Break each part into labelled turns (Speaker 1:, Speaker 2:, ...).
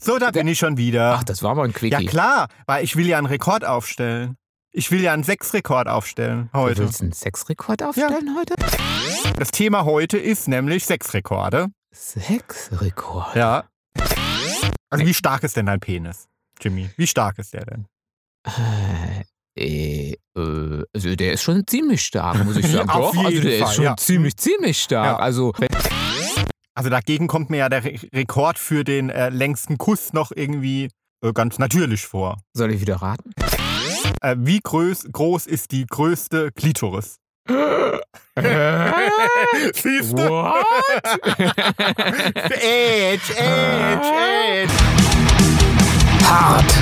Speaker 1: So, da bin ich schon wieder.
Speaker 2: Ach, das war mal ein
Speaker 1: ja
Speaker 2: Quickie.
Speaker 1: klar, weil ich will ja einen Rekord aufstellen. Ich will ja einen Sechsrekord aufstellen
Speaker 2: Du
Speaker 1: heute.
Speaker 2: willst einen Sexrekord aufstellen heute?
Speaker 1: Das Thema heute ist nämlich Sechsrekorde.
Speaker 2: Sexrekord?
Speaker 1: Ja. Also wie stark ist denn dein Penis, Jimmy? Wie stark ist der denn?
Speaker 2: Äh, äh, also der ist schon ziemlich stark, muss ich sagen.
Speaker 1: Auf
Speaker 2: Doch, also
Speaker 1: jeden
Speaker 2: der
Speaker 1: Fall,
Speaker 2: ist schon
Speaker 1: ja. Mhm.
Speaker 2: ziemlich, ziemlich stark.
Speaker 1: Ja.
Speaker 2: Also wenn
Speaker 1: Also dagegen kommt mir ja der Re Rekord für den äh, längsten Kuss noch irgendwie äh, ganz natürlich vor.
Speaker 2: Soll ich wieder raten?
Speaker 1: Äh, wie groß, groß ist die größte Klitoris? Siehst du?
Speaker 2: What?
Speaker 1: Edge, Edge, Edge.
Speaker 3: Hart.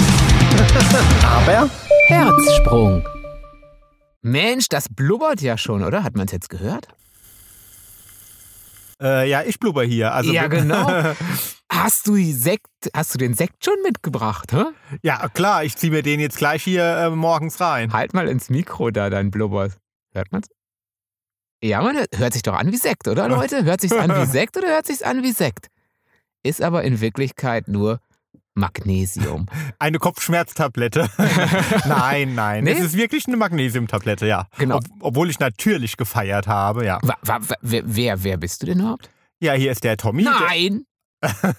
Speaker 3: Aber
Speaker 2: Herzsprung. Mensch, das blubbert ja schon, oder? Hat man es jetzt gehört?
Speaker 1: Äh, ja, ich blubber hier. Also,
Speaker 2: ja, genau. Hast du, die Sekt, hast du den Sekt schon mitgebracht? Hä?
Speaker 1: ja, klar, ich ziehe mir den jetzt gleich hier äh, morgens rein.
Speaker 2: Halt mal ins Mikro da dein Blubber. Hört man's? Ja, man hört sich doch an wie Sekt, oder Leute? Hört sich's an wie Sekt oder hört sich's an wie Sekt? Ist aber in Wirklichkeit nur Magnesium.
Speaker 1: Eine Kopfschmerztablette. nein, nein.
Speaker 2: Nee?
Speaker 1: Es ist wirklich eine Magnesiumtablette, ja.
Speaker 2: Genau.
Speaker 1: Ob, obwohl ich natürlich gefeiert habe, ja.
Speaker 2: Wa- wa- wa- wer, wer, wer bist du denn überhaupt?
Speaker 1: Ja, hier ist der Tommy.
Speaker 2: Nein!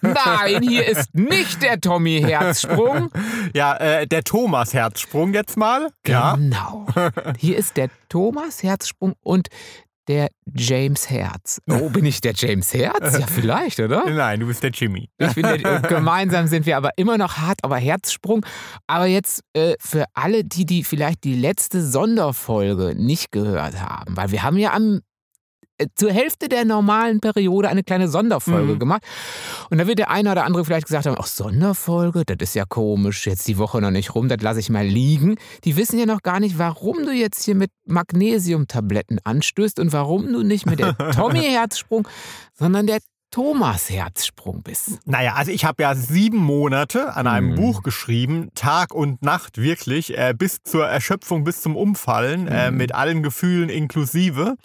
Speaker 2: Nein, hier ist nicht der Tommy Herzsprung.
Speaker 1: Der, ja, äh, der Thomas Herzsprung jetzt mal. Ja.
Speaker 2: Genau. Hier ist der Thomas Herzsprung und der James Herz. Oh, bin ich der James Herz? Ja, vielleicht, oder?
Speaker 1: Nein, du bist der Jimmy.
Speaker 2: Ich finde, gemeinsam sind wir aber immer noch hart, aber Herzsprung. Aber jetzt äh, für alle, die, die vielleicht die letzte Sonderfolge nicht gehört haben, weil wir haben ja am äh, zur Hälfte der normalen Periode eine kleine Sonderfolge
Speaker 1: Mhm.
Speaker 2: gemacht. Und da wird der eine oder andere vielleicht gesagt haben, ach, Sonderfolge, das ist ja komisch, jetzt die Woche noch nicht rum, das lasse ich mal liegen. Die wissen ja noch gar nicht, warum du jetzt hier mit Magnesiumtabletten anstößt und warum du nicht mit der Tommy-Herzsprung, sondern der Thomas-Herzsprung bist.
Speaker 1: Naja, also ich habe ja sieben Monate an einem
Speaker 2: Mhm.
Speaker 1: Buch geschrieben, Tag und Nacht wirklich, äh, bis zur Erschöpfung, bis zum Umfallen, äh,
Speaker 2: Mhm.
Speaker 1: mit allen Gefühlen inklusive.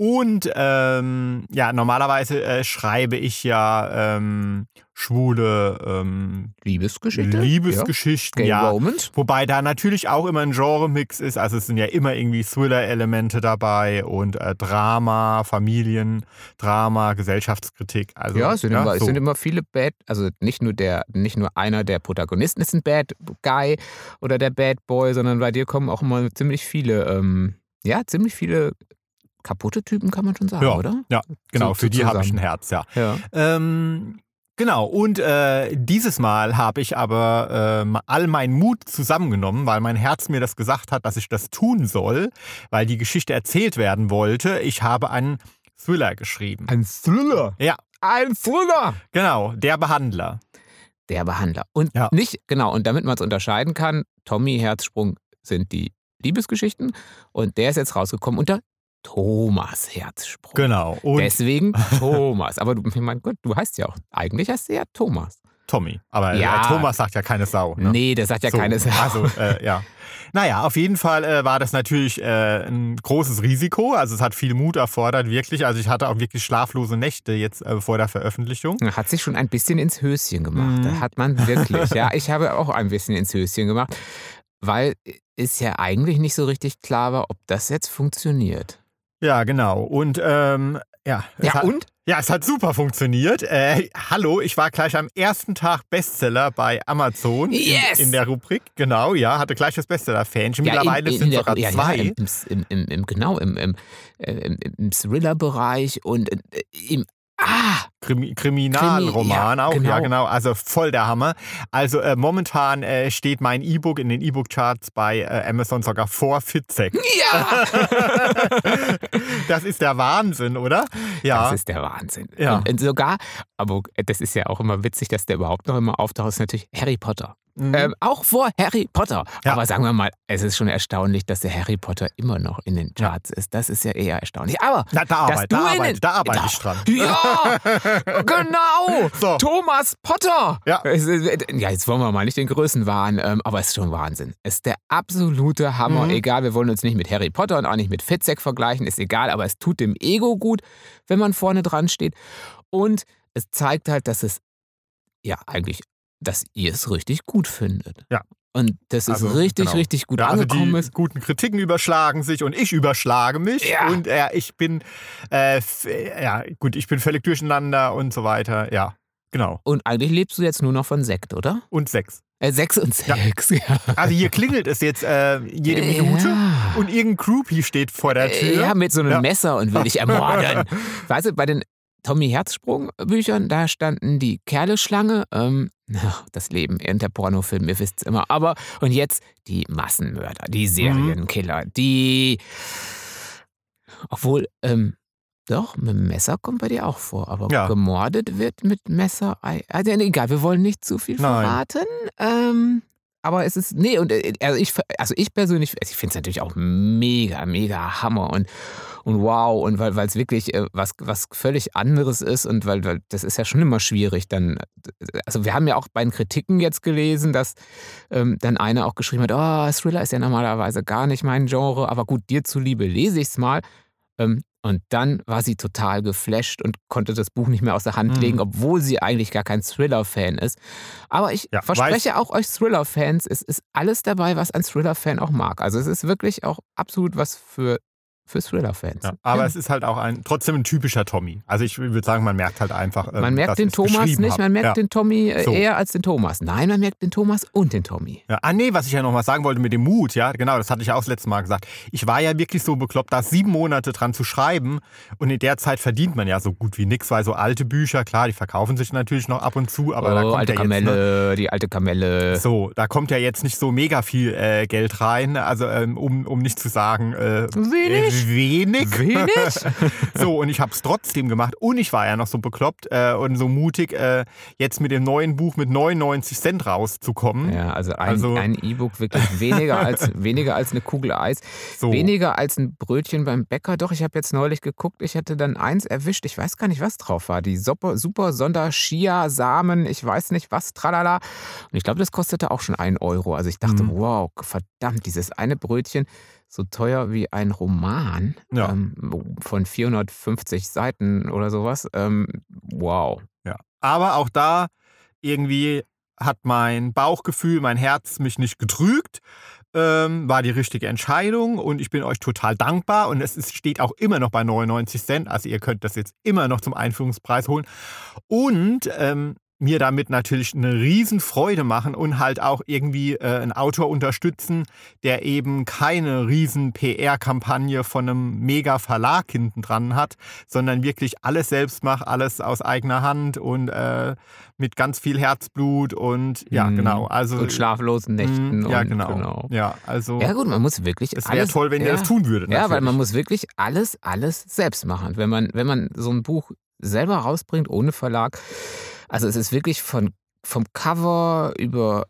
Speaker 1: Und ähm, ja, normalerweise äh, schreibe ich ja ähm, schwule ähm,
Speaker 2: Liebesgeschichte?
Speaker 1: Liebesgeschichten,
Speaker 2: Gay
Speaker 1: ja.
Speaker 2: Romans?
Speaker 1: Wobei da natürlich auch immer ein Genre-Mix ist. Also es sind ja immer irgendwie Thriller-Elemente dabei und äh, Drama, Familiendrama, Gesellschaftskritik. Also,
Speaker 2: ja, es sind, immer, es
Speaker 1: so.
Speaker 2: sind immer viele Bad, also nicht nur der, nicht nur einer der Protagonisten ist ein Bad Guy oder der Bad Boy, sondern bei dir kommen auch immer ziemlich viele, ähm, ja, ziemlich viele kaputte Typen, kann man schon sagen,
Speaker 1: Ja.
Speaker 2: oder?
Speaker 1: Ja, genau,
Speaker 2: So-
Speaker 1: für die habe ich ein
Speaker 2: zusammen.
Speaker 1: Herz, ja.
Speaker 2: Ja.
Speaker 1: Ähm, genau, und äh, dieses Mal habe ich aber ähm, all meinen Mut zusammengenommen, weil mein Herz mir das gesagt hat, dass ich das tun soll, weil die Geschichte erzählt werden wollte. Ich habe einen Thriller geschrieben.
Speaker 2: Ein Thriller.
Speaker 1: Ja,
Speaker 2: Ein Thriller.
Speaker 1: genau, der Behandler.
Speaker 2: Oh. Der Behandler. Und
Speaker 1: Ja.
Speaker 2: nicht, genau, und damit man es unterscheiden kann, Tommy Herzsprung sind die Liebesgeschichten und der ist jetzt rausgekommen unter Thomas Herzsprung.
Speaker 1: Genau, und
Speaker 2: Deswegen Thomas. Aber du, mein Gott, du heißt ja auch, eigentlich heißt du ja Thomas.
Speaker 1: Tommy. Aber äh,
Speaker 2: Ja.
Speaker 1: Thomas sagt ja keine Sau. Ne?
Speaker 2: Nee, das sagt ja
Speaker 1: So,
Speaker 2: keine Sache.
Speaker 1: Also, äh, ja. Naja, auf jeden Fall äh, war das natürlich äh, ein großes Risiko. Also es hat viel Mut erfordert, wirklich. Also ich hatte auch wirklich schlaflose Nächte jetzt äh, vor der Veröffentlichung.
Speaker 2: Hat sich schon ein bisschen ins Höschen gemacht.
Speaker 1: Mhm.
Speaker 2: Da hat man wirklich, ja. Ich habe auch ein bisschen ins Höschen gemacht, weil es ja eigentlich nicht so richtig klar war, ob das jetzt funktioniert.
Speaker 1: Ja, genau. Und ähm, ja, es
Speaker 2: Ja,
Speaker 1: hat,
Speaker 2: und?
Speaker 1: ja, es hat super funktioniert. Äh, hallo, ich war gleich am ersten Tag Bestseller bei Amazon
Speaker 2: Yes!
Speaker 1: in, in der Rubrik. Genau, ja, hatte gleich das Bestseller-Fan. Mittlerweile sind sogar
Speaker 2: ja,
Speaker 1: zwei.
Speaker 2: Ja, im, im, im, im, genau, im, im, äh, im, im Thriller-Bereich und äh, im. Ah!
Speaker 1: Krimi Kriminalroman
Speaker 2: Krimi- ja,
Speaker 1: auch, ja
Speaker 2: genau.
Speaker 1: genau, also voll der Hammer. Also äh, momentan äh, steht mein E-Book in den E-Book-Charts bei äh, Amazon sogar vor Fitzek.
Speaker 2: Ja!
Speaker 1: das ist der Wahnsinn, oder? Ja,
Speaker 2: Das ist der Wahnsinn.
Speaker 1: Ja.
Speaker 2: Und, und sogar, aber das ist ja auch immer witzig, dass der überhaupt noch immer auftaucht, ist natürlich Harry Potter.
Speaker 1: Mhm.
Speaker 2: Ähm, auch vor Harry Potter.
Speaker 1: Ja.
Speaker 2: Aber sagen wir mal, es ist schon erstaunlich, dass der Harry Potter immer noch in den Charts ist. Das ist ja eher erstaunlich. Aber
Speaker 1: Na, da
Speaker 2: dass
Speaker 1: arbeite-
Speaker 2: du
Speaker 1: da
Speaker 2: in
Speaker 1: arbeite-
Speaker 2: den-
Speaker 1: da arbeite ich dran.
Speaker 2: Ja, genau.
Speaker 1: So.
Speaker 2: Thomas Potter.
Speaker 1: Ja.
Speaker 2: Es ist- ja, jetzt wollen wir mal nicht den Größen wahren, ähm, aber es ist schon Wahnsinn. Es ist der absolute Hammer.
Speaker 1: Mhm.
Speaker 2: Egal, wir wollen uns nicht mit Harry Potter und auch nicht mit Fitzek vergleichen, ist egal, aber es tut dem Ego gut, wenn man vorne dran steht. Und es zeigt halt, dass es ja eigentlich dass ihr es richtig gut findet.
Speaker 1: Ja.
Speaker 2: Und das ist
Speaker 1: Also,
Speaker 2: richtig,
Speaker 1: genau.
Speaker 2: richtig gut
Speaker 1: Ja, also
Speaker 2: angekommen
Speaker 1: die
Speaker 2: ist.
Speaker 1: guten Kritiken überschlagen sich und ich überschlage mich.
Speaker 2: Ja.
Speaker 1: Und äh, ich bin, äh, f- ja, gut, ich bin völlig durcheinander und so weiter. Ja, genau.
Speaker 2: Und eigentlich lebst du jetzt nur noch von Sekt, oder?
Speaker 1: Und sechs.
Speaker 2: Äh, sechs und
Speaker 1: Ja.
Speaker 2: sechs, ja.
Speaker 1: Also hier klingelt es jetzt äh, jede Minute
Speaker 2: Ja. Äh,
Speaker 1: und irgendein Groupie steht vor der Tür.
Speaker 2: Ja, mit so einem
Speaker 1: Ja.
Speaker 2: Messer und will dich ermorden. weißt du, bei den Tommy Herzsprung-Büchern, da standen die Kerleschlange, ähm, ach, das Leben in der Pornofilm, ihr wisst es immer. Aber, und jetzt die Massenmörder,
Speaker 1: Mhm.
Speaker 2: die Serienkiller, die. Obwohl, ähm, doch, mit dem Messer kommt bei dir auch vor, aber
Speaker 1: Ja.
Speaker 2: gemordet wird mit Messer. Also egal, wir wollen nicht zu viel
Speaker 1: Nein.
Speaker 2: verraten. Ähm, aber es ist, nee, und äh, also ich, also ich persönlich, also ich finde es natürlich auch mega, mega Hammer und, und wow, und weil weil es wirklich äh, was, was völlig anderes ist und weil, weil das ist ja schon immer schwierig, dann, also wir haben ja auch bei den Kritiken jetzt gelesen, dass ähm, dann einer auch geschrieben hat, oh, Thriller ist ja normalerweise gar nicht mein Genre, aber gut, dir zuliebe lese ich es mal. Ähm, und dann war sie total geflasht und konnte das Buch nicht mehr aus der Hand
Speaker 1: Mhm.
Speaker 2: legen, obwohl sie eigentlich gar kein Thriller-Fan ist. Aber ich
Speaker 1: Ja,
Speaker 2: verspreche auch euch Thriller-Fans, es ist alles dabei, was ein Thriller-Fan auch mag. Also es ist wirklich auch absolut was für, für Thriller-Fans.
Speaker 1: Ja, aber
Speaker 2: Ja.
Speaker 1: es ist halt auch ein trotzdem ein typischer Tommy. Also ich würde sagen, man merkt halt einfach. ähm,
Speaker 2: man
Speaker 1: dass
Speaker 2: merkt den
Speaker 1: ich's
Speaker 2: Thomas
Speaker 1: geschrieben
Speaker 2: nicht,
Speaker 1: hab.
Speaker 2: man merkt
Speaker 1: ja.
Speaker 2: den Tommy äh,
Speaker 1: So.
Speaker 2: eher als den Thomas. Nein, man merkt den Thomas und den Tommy.
Speaker 1: Ja. Ah nee, was ich ja noch mal sagen wollte mit dem Mut, ja, genau, das hatte ich ja auch das letzte Mal gesagt. Ich war ja wirklich so bekloppt, da sieben Monate dran zu schreiben und in der Zeit verdient man ja so gut wie nichts, weil so alte Bücher, klar, die verkaufen sich natürlich noch ab und zu, aber da
Speaker 2: oh,
Speaker 1: kommt
Speaker 2: alte
Speaker 1: ja jetzt, ne,
Speaker 2: Kamelle, die alte Kamelle.
Speaker 1: so, da kommt ja jetzt nicht so mega viel äh, Geld rein, also ähm, um, um nicht zu sagen äh, wenig.
Speaker 2: Wenig. Wenig?
Speaker 1: So, und ich habe es trotzdem gemacht. Und ich war ja noch so bekloppt äh, und so mutig, äh, jetzt mit dem neuen Buch mit 99 Cent rauszukommen.
Speaker 2: Ja, also ein
Speaker 1: Also-
Speaker 2: ein E-Book wirklich weniger als, weniger als eine Kugel Eis,
Speaker 1: So.
Speaker 2: weniger als ein Brötchen beim Bäcker. Doch, ich habe jetzt neulich geguckt, ich hatte dann eins erwischt, ich weiß gar nicht, was drauf war. Die Super, Super Sonder Chia Samen, ich weiß nicht was, tralala. Und ich glaube, das kostete auch schon einen Euro. Also ich dachte,
Speaker 1: Mhm.
Speaker 2: wow, verdammt, dieses eine Brötchen, so teuer wie ein Roman
Speaker 1: Ja.
Speaker 2: ähm, von 450 Seiten oder sowas. Ähm, wow.
Speaker 1: Ja. Aber auch da irgendwie hat mein Bauchgefühl, mein Herz mich nicht getrügt. Ähm, war die richtige Entscheidung und ich bin euch total dankbar. Und es ist, steht auch immer noch bei 99 Cent. Also ihr könnt das jetzt immer noch zum Einführungspreis holen. Und ähm, mir damit natürlich eine Riesenfreude machen und halt auch irgendwie äh, einen Autor unterstützen, der eben keine riesen PR-Kampagne von einem Mega-Verlag hinten dran hat, sondern wirklich alles selbst macht, alles aus eigener Hand und äh, mit ganz viel Herzblut und ja,
Speaker 2: Mhm.
Speaker 1: genau. Also,
Speaker 2: Und schlaflosen Nächten.
Speaker 1: Mm, Ja,
Speaker 2: und,
Speaker 1: genau. Ja, also
Speaker 2: Ja gut, man muss wirklich
Speaker 1: es wäre
Speaker 2: alles...
Speaker 1: toll, wenn
Speaker 2: ja.
Speaker 1: ihr das tun würdet.
Speaker 2: Ja, weil
Speaker 1: natürlich.
Speaker 2: man muss wirklich alles, alles selbst machen. Wenn man, wenn man so ein Buch selber rausbringt, ohne Verlag, also es ist wirklich von, vom Cover über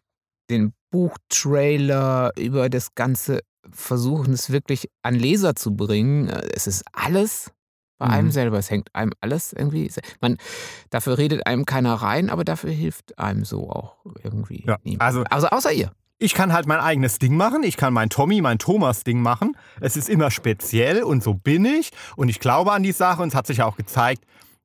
Speaker 2: den Buchtrailer, über das ganze Versuchen, es wirklich an Leser zu bringen. äh, Es ist alles bei
Speaker 1: Mhm.
Speaker 2: einem selber. Es hängt einem alles irgendwie. Man, dafür redet einem keiner rein, aber dafür hilft einem so auch irgendwie.
Speaker 1: Ja,
Speaker 2: niemand.
Speaker 1: also-
Speaker 2: also außer ihr.
Speaker 1: ich kann halt mein eigenes Ding machen, ich kann mein Tommy, mein Thomas-Ding machen. Es ist immer speziell und so bin ich. Und ich glaube an die Sache und es hat sich ja auch gezeigt,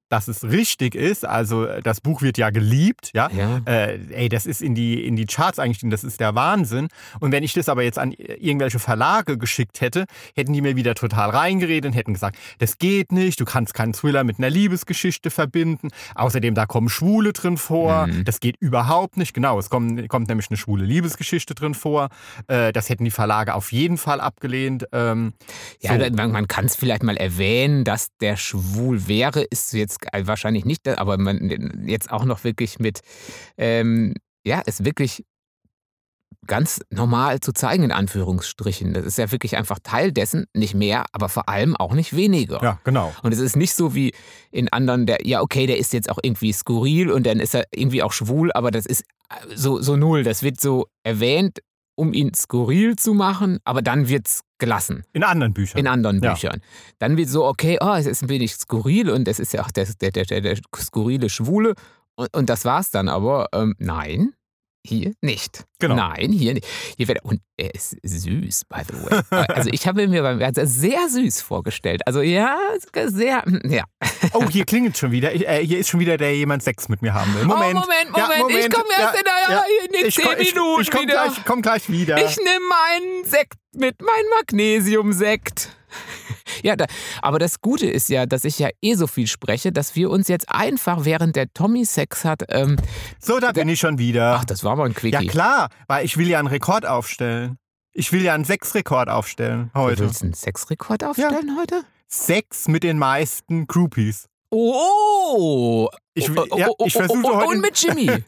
Speaker 1: dass es richtig ist. Also äh, das Buch wird ja geliebt, ja.
Speaker 2: Ja.
Speaker 1: Äh, ey, das ist in die, in die Charts eingestiegen, das ist der Wahnsinn. Und wenn ich das aber jetzt an irgendwelche Verlage geschickt hätte, hätten die mir wieder total reingeredet und hätten gesagt, das geht nicht, du kannst keinen Thriller mit einer Liebesgeschichte verbinden. Außerdem, da kommen Schwule drin vor,
Speaker 2: Mhm.
Speaker 1: das geht überhaupt nicht. Genau, es kommt, kommt nämlich eine schwule Liebesgeschichte drin vor. Äh, das hätten die Verlage auf jeden Fall abgelehnt. Ähm,
Speaker 2: Ja,
Speaker 1: so.
Speaker 2: da- man, man kann es vielleicht mal erwähnen, dass der schwul wäre, ist jetzt äh, wahrscheinlich nicht, da- aber man jetzt auch noch wirklich mit, ähm, ja, ist wirklich ganz normal zu zeigen, in Anführungsstrichen. Das ist ja wirklich einfach Teil dessen, nicht mehr, aber vor allem auch nicht weniger.
Speaker 1: ja, genau.
Speaker 2: Und es ist nicht so wie in anderen, der, ja, okay, der ist jetzt auch irgendwie skurril und dann ist er irgendwie auch schwul, aber das ist äh, so, so null. Das wird so erwähnt, um ihn skurril zu machen, aber dann wird's gelassen
Speaker 1: In anderen Büchern.
Speaker 2: in anderen
Speaker 1: Ja.
Speaker 2: Büchern. Dann wird so, okay, oh, es ist ein wenig skurril und es ist ja auch der, der, der, der, der skurrile Schwule. Und, und das war's dann aber. Ähm, nein, Hier nicht.
Speaker 1: Genau.
Speaker 2: Nein, hier nicht. Hier wird, und er ist süß, by the way. Also ich habe ihn mir beim also sehr süß vorgestellt. Also ja, sehr, hm, ja.
Speaker 1: Oh, hier klingelt schon wieder. Ich, äh, hier ist schon wieder der, der jemand Sex mit mir haben will. Moment,
Speaker 2: oh, Moment, Moment. Ich komme erst in, der, in den
Speaker 1: Ich komm-
Speaker 2: 10
Speaker 1: ich,
Speaker 2: Minuten
Speaker 1: ich komm
Speaker 2: wieder.
Speaker 1: Gleich, komm gleich wieder.
Speaker 2: Ich nehme meinen Sekt mit, mein Magnesiumsekt. Ja, da, aber das Gute ist ja, dass ich ja eh so viel spreche, dass wir uns jetzt einfach, während der Tommy Sex hat, ähm,
Speaker 1: so, da bin ich schon wieder.
Speaker 2: ach, das war mal ein Quickie.
Speaker 1: ja klar, weil ich will ja einen Rekord aufstellen. Ich will ja einen Sechs-Rekord aufstellen
Speaker 2: Du
Speaker 1: heute.
Speaker 2: willst einen Sexrekord aufstellen heute?
Speaker 1: Sechs mit den meisten Groupies.
Speaker 2: Oh!
Speaker 1: Ich,
Speaker 2: Oh,
Speaker 1: will-
Speaker 2: oh,
Speaker 1: ja,
Speaker 2: oh, oh,
Speaker 1: ich versuche
Speaker 2: oh,
Speaker 1: heute.
Speaker 2: Und mit Jimmy.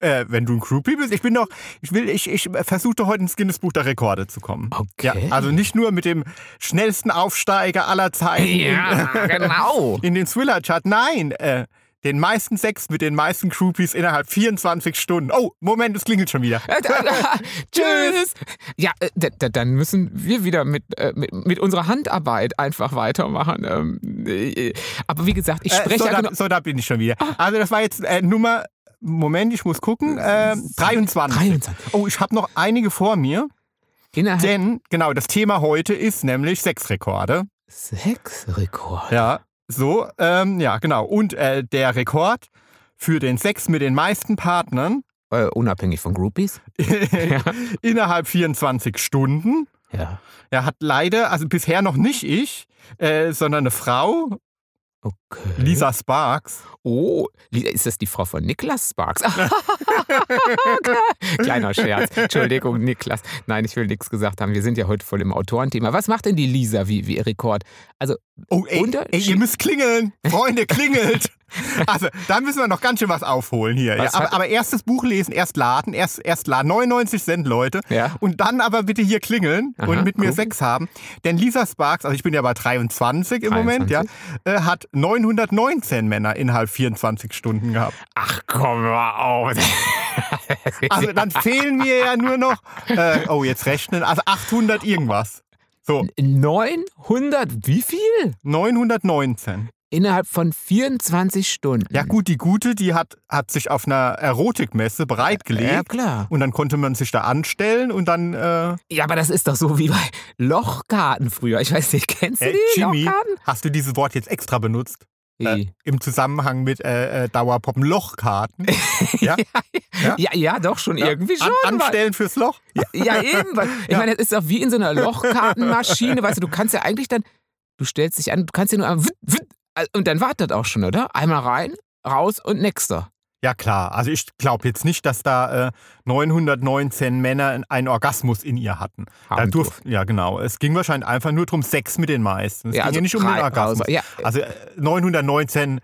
Speaker 1: äh, wenn du ein Groupie bist, ich bin doch, ich will, ich, ich versuchte heute ins Guinness Buch der Rekorde zu kommen.
Speaker 2: Okay.
Speaker 1: Ja, also nicht nur mit dem schnellsten Aufsteiger aller Zeiten
Speaker 2: Ja, genau.
Speaker 1: in, in den Thriller-Chart, nein, äh, den meisten Sex mit den meisten Groupies innerhalb 24 Stunden. Oh, Moment, es klingelt schon wieder. Äh,
Speaker 2: Tschüss! Ja, äh, da- da- dann müssen wir wieder mit, äh, mit, mit unserer Handarbeit einfach weitermachen. Ähm, äh, Aber wie gesagt, ich
Speaker 1: Äh,
Speaker 2: spreche
Speaker 1: so,
Speaker 2: ja genau.
Speaker 1: da, so, da bin ich schon wieder. Also das war jetzt äh, Nummer, Moment, ich muss gucken, äh, 23.
Speaker 2: 23.
Speaker 1: Oh, ich habe noch einige vor mir,
Speaker 2: Innerhalb
Speaker 1: denn genau, das Thema heute ist nämlich Sexrekorde.
Speaker 2: Sexrekord.
Speaker 1: Ja, so, ähm, ja, genau. Und äh, der Rekord für den Sex mit den meisten Partnern
Speaker 2: Äh, unabhängig von Groupies.
Speaker 1: innerhalb 24 Stunden.
Speaker 2: Ja.
Speaker 1: Er hat leider, also bisher noch nicht ich, äh, sondern eine Frau,
Speaker 2: Okay.
Speaker 1: Lisa Sparks.
Speaker 2: Oh, Lisa, ist das die Frau von Niklas Sparks? Kleiner Scherz. Entschuldigung, Niklas. Nein, ich will nichts gesagt haben. Wir sind ja heute voll im Autorenthema. Was macht denn die Lisa wie, wie ihr Rekord? Also,
Speaker 1: Oh, ey,
Speaker 2: Unter-
Speaker 1: ey, ihr müsst klingeln. Freunde, klingelt. Also, da müssen wir noch ganz schön was aufholen hier. Ja,
Speaker 2: Was hat-
Speaker 1: aber, aber erst das Buch lesen, erst laden, erst, erst laden. 99 Cent, Leute.
Speaker 2: ja.
Speaker 1: Und dann aber bitte hier klingeln
Speaker 2: Aha,
Speaker 1: und mit mir
Speaker 2: cool.
Speaker 1: Sex haben. Denn Lisa Sparks, also ich bin ja bei 23 im Moment, ja,
Speaker 2: 23?
Speaker 1: äh, hat 919 Männer innerhalb 24 Stunden gehabt.
Speaker 2: Ach, komm mal auf.
Speaker 1: Also dann fehlen mir ja nur noch, äh, oh jetzt rechnen, also 800 irgendwas. So,
Speaker 2: 900, wie viel?
Speaker 1: 919.
Speaker 2: Innerhalb von 24 Stunden.
Speaker 1: Ja gut, die Gute, die hat, hat sich auf einer Erotikmesse
Speaker 2: Ja,
Speaker 1: bereitgelegt.
Speaker 2: klar.
Speaker 1: Und dann konnte man sich da anstellen und dann, äh,
Speaker 2: Ja, aber das ist doch so wie bei Lochkarten früher. Ich weiß nicht, kennst du
Speaker 1: äh,
Speaker 2: die
Speaker 1: Jimmy,
Speaker 2: Lochkarten?
Speaker 1: hast du dieses Wort jetzt extra benutzt?
Speaker 2: Die-
Speaker 1: im Zusammenhang mit äh, äh, Dauerpoppen Lochkarten. Ja?
Speaker 2: Ja? ja, doch, schon irgendwie schon.
Speaker 1: An,
Speaker 2: weil-
Speaker 1: anstellen fürs Loch.
Speaker 2: Ja, eben. Weil, ich meine, es ist auch wie in so einer Lochkartenmaschine. Weißt du, du kannst ja eigentlich dann, du stellst dich an, du kannst ja nur am witt, witt, äh, und dann wartet auch schon, oder? Einmal rein, raus und nächster.
Speaker 1: Ja klar, also ich glaube jetzt nicht, dass da äh, 919 Männer einen Orgasmus in ihr hatten. Da
Speaker 2: Haben
Speaker 1: durf, ja genau, es ging wahrscheinlich einfach nur darum, Sex mit den meisten. Es
Speaker 2: Ja,
Speaker 1: ging
Speaker 2: also
Speaker 1: ja nicht um den
Speaker 2: rein,
Speaker 1: Orgasmus.
Speaker 2: raus, ja.
Speaker 1: Also äh, 919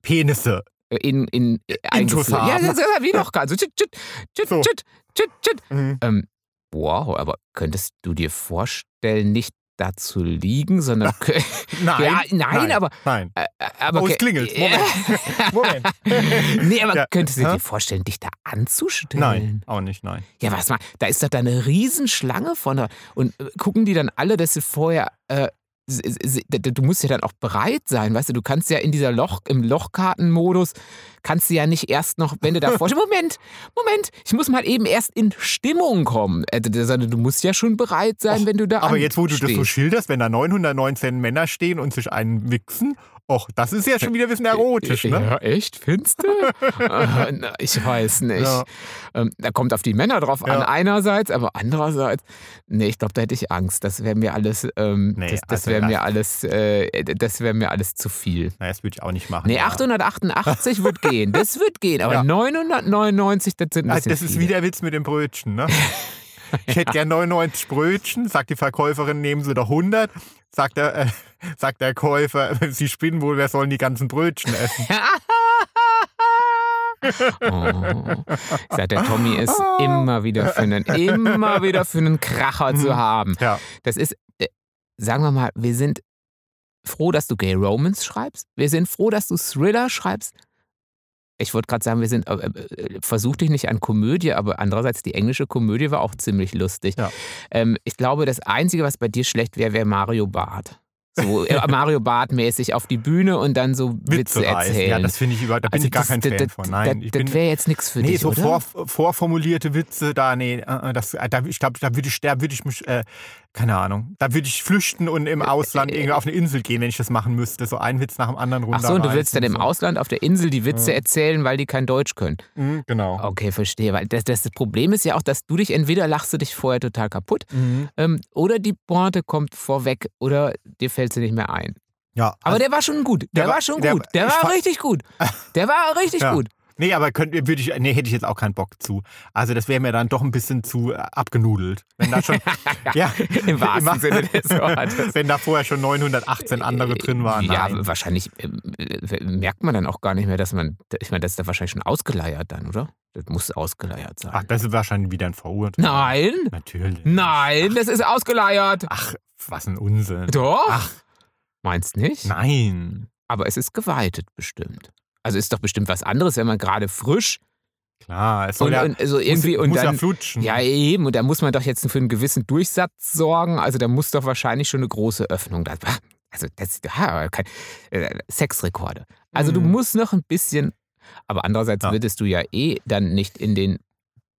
Speaker 1: Penisse.
Speaker 2: in in äh, eingeführt. Ja,
Speaker 1: Intofarben.
Speaker 2: das ist wie Lochkarten. So, tschüt, tschüt, tschüt,
Speaker 1: So.
Speaker 2: tschüt, tschüt, tschüt.
Speaker 1: Mhm.
Speaker 2: Ähm, wow, aber könntest du dir vorstellen, nicht da zu liegen, sondern kö-
Speaker 1: Nein,
Speaker 2: Ja, nein, aber-
Speaker 1: Nein.
Speaker 2: äh, aber
Speaker 1: Oh, es
Speaker 2: kö-
Speaker 1: klingelt. Moment. Moment.
Speaker 2: nee, aber
Speaker 1: Ja.
Speaker 2: könntest du
Speaker 1: Hä?
Speaker 2: dir vorstellen, dich da anzustellen?
Speaker 1: Nein, auch nicht, nein.
Speaker 2: Ja, was mal, da ist doch da eine Riesenschlange von der. Und äh, gucken die dann alle, dass sie vorher. Äh, s- s- d- d- Du musst ja dann auch bereit sein, weißt du, du kannst ja in dieser Loch, im Lochkartenmodus, kannst du ja nicht erst noch, wenn du da vorstehst, Moment, Moment, ich muss mal eben erst in Stimmung kommen, Äh, d- d- sondern du musst ja schon bereit sein, wenn du da
Speaker 1: Aber jetzt, wo du das so
Speaker 2: anstehst.
Speaker 1: schilderst, wenn da 919 Männer stehen und sich einen wichsen, och, das ist ja schon wieder ein bisschen erotisch, ne?
Speaker 2: Ja, echt? Findest du? Äh, na, ich weiß nicht.
Speaker 1: Ja.
Speaker 2: Ähm, da kommt auf die Männer drauf an,
Speaker 1: Ja.
Speaker 2: einerseits, aber andererseits, nee, ich glaube, da hätte ich Angst. Das wäre mir alles, ähm,
Speaker 1: Nee,
Speaker 2: das, das
Speaker 1: also
Speaker 2: wäre
Speaker 1: das-
Speaker 2: mir alles, äh, das wäre mir alles zu viel.
Speaker 1: Naja, das würde ich auch nicht machen.
Speaker 2: Nee,
Speaker 1: ja.
Speaker 2: 888 wird gehen, das wird gehen, aber
Speaker 1: Ja.
Speaker 2: 999, das sind ein
Speaker 1: Ah,
Speaker 2: bisschen
Speaker 1: Das ist
Speaker 2: viele.
Speaker 1: wieder Witz mit dem Brötchen, ne? Ich hätte gern 99 Brötchen, sagt die Verkäuferin, nehmen Sie doch 100. Sagt der, äh, sagt der Käufer, Sie spinnen wohl, wer sollen die ganzen Brötchen essen?
Speaker 2: Oh. Ich sag, der Tommy ist immer wieder für einen, immer wieder für einen Kracher zu
Speaker 1: Mhm.
Speaker 2: haben.
Speaker 1: Ja,
Speaker 2: Das ist, äh, sagen wir mal, wir sind froh, dass du Gay Romans schreibst. Wir sind froh, dass du Thriller schreibst. Ich wollte gerade sagen, wir sind, äh, äh, versuch dich nicht an Komödie, aber andererseits, die englische Komödie war auch ziemlich lustig.
Speaker 1: Ja.
Speaker 2: Ähm, ich glaube, das Einzige, was bei dir schlecht wäre, wäre Mario Barth. So äh, Mario Bart mäßig auf die Bühne und dann so Witze,
Speaker 1: reißen.
Speaker 2: erzählen.
Speaker 1: Ja, das finde ich überhaupt, da bin
Speaker 2: Also
Speaker 1: ich gar
Speaker 2: das-
Speaker 1: kein
Speaker 2: das-
Speaker 1: Fan
Speaker 2: das-
Speaker 1: von. Nein,
Speaker 2: das
Speaker 1: ich
Speaker 2: das
Speaker 1: bin,
Speaker 2: wäre jetzt nichts für
Speaker 1: nee,
Speaker 2: dich,
Speaker 1: so
Speaker 2: oder?
Speaker 1: vor, vorformulierte Witze, da, nee, äh, das, äh, da, ich glaube, da würde ich, da würde ich mich, äh, keine Ahnung, da würde ich flüchten und
Speaker 2: Äh,
Speaker 1: im Ausland irgendwie auf eine Insel gehen, wenn ich das machen müsste. So einen Witz nach dem anderen runter.
Speaker 2: Ach so, und du willst dann im
Speaker 1: so.
Speaker 2: Ausland auf der Insel die Witze erzählen, weil die kein Deutsch können.
Speaker 1: Mhm, genau.
Speaker 2: Okay, verstehe. Weil das, das Problem ist ja auch, dass du dich entweder lachst du dich vorher total kaputt
Speaker 1: Mhm.
Speaker 2: ähm, oder die Pointe kommt vorweg oder dir fällt sie nicht mehr ein.
Speaker 1: Ja,
Speaker 2: Aber
Speaker 1: also-
Speaker 2: der war schon gut. Der,
Speaker 1: der
Speaker 2: war
Speaker 1: war-
Speaker 2: schon
Speaker 1: der-
Speaker 2: gut. Der
Speaker 1: ich
Speaker 2: war
Speaker 1: fa-
Speaker 2: richtig gut. Der war richtig
Speaker 1: Ja.
Speaker 2: gut.
Speaker 1: Nee, aber könnt, würde ich, nee, hätte ich jetzt auch keinen Bock zu. Also das wäre mir dann doch ein bisschen zu äh, abgenudelt. Wenn da schon, ja,
Speaker 2: Im wahrsten
Speaker 1: immer-
Speaker 2: Sinne des Wortes.
Speaker 1: Wenn da vorher schon 918 andere drin waren.
Speaker 2: Ja,
Speaker 1: Nein.
Speaker 2: wahrscheinlich ähm, äh, merkt man dann auch gar nicht mehr, dass man. Ich meine, das ist da wahrscheinlich schon ausgeleiert dann, oder? Das muss ausgeleiert sein.
Speaker 1: Ach, das ist wahrscheinlich wieder ein Verurteil.
Speaker 2: Nein!
Speaker 1: Natürlich.
Speaker 2: Nein, das ist ausgeleiert.
Speaker 1: Ach, was ein Unsinn.
Speaker 2: Doch?
Speaker 1: Ach,
Speaker 2: Meinst nicht?
Speaker 1: nein.
Speaker 2: Aber es ist geweitet bestimmt. Also ist doch bestimmt was anderes, wenn man gerade frisch
Speaker 1: Klar, es soll
Speaker 2: und,
Speaker 1: ja,
Speaker 2: und so irgendwie
Speaker 1: muss,
Speaker 2: und
Speaker 1: muss
Speaker 2: dann
Speaker 1: ja Mhm. flutschen.
Speaker 2: Ja, eben. Und da muss man doch jetzt für einen gewissen Durchsatz sorgen. Also da muss doch wahrscheinlich schon eine große Öffnung da. Also das ha, kein, äh, Sexrekorde. Also du
Speaker 1: Mhm.
Speaker 2: musst noch ein bisschen. Aber andererseits
Speaker 1: Ja.
Speaker 2: würdest du ja eh dann nicht in den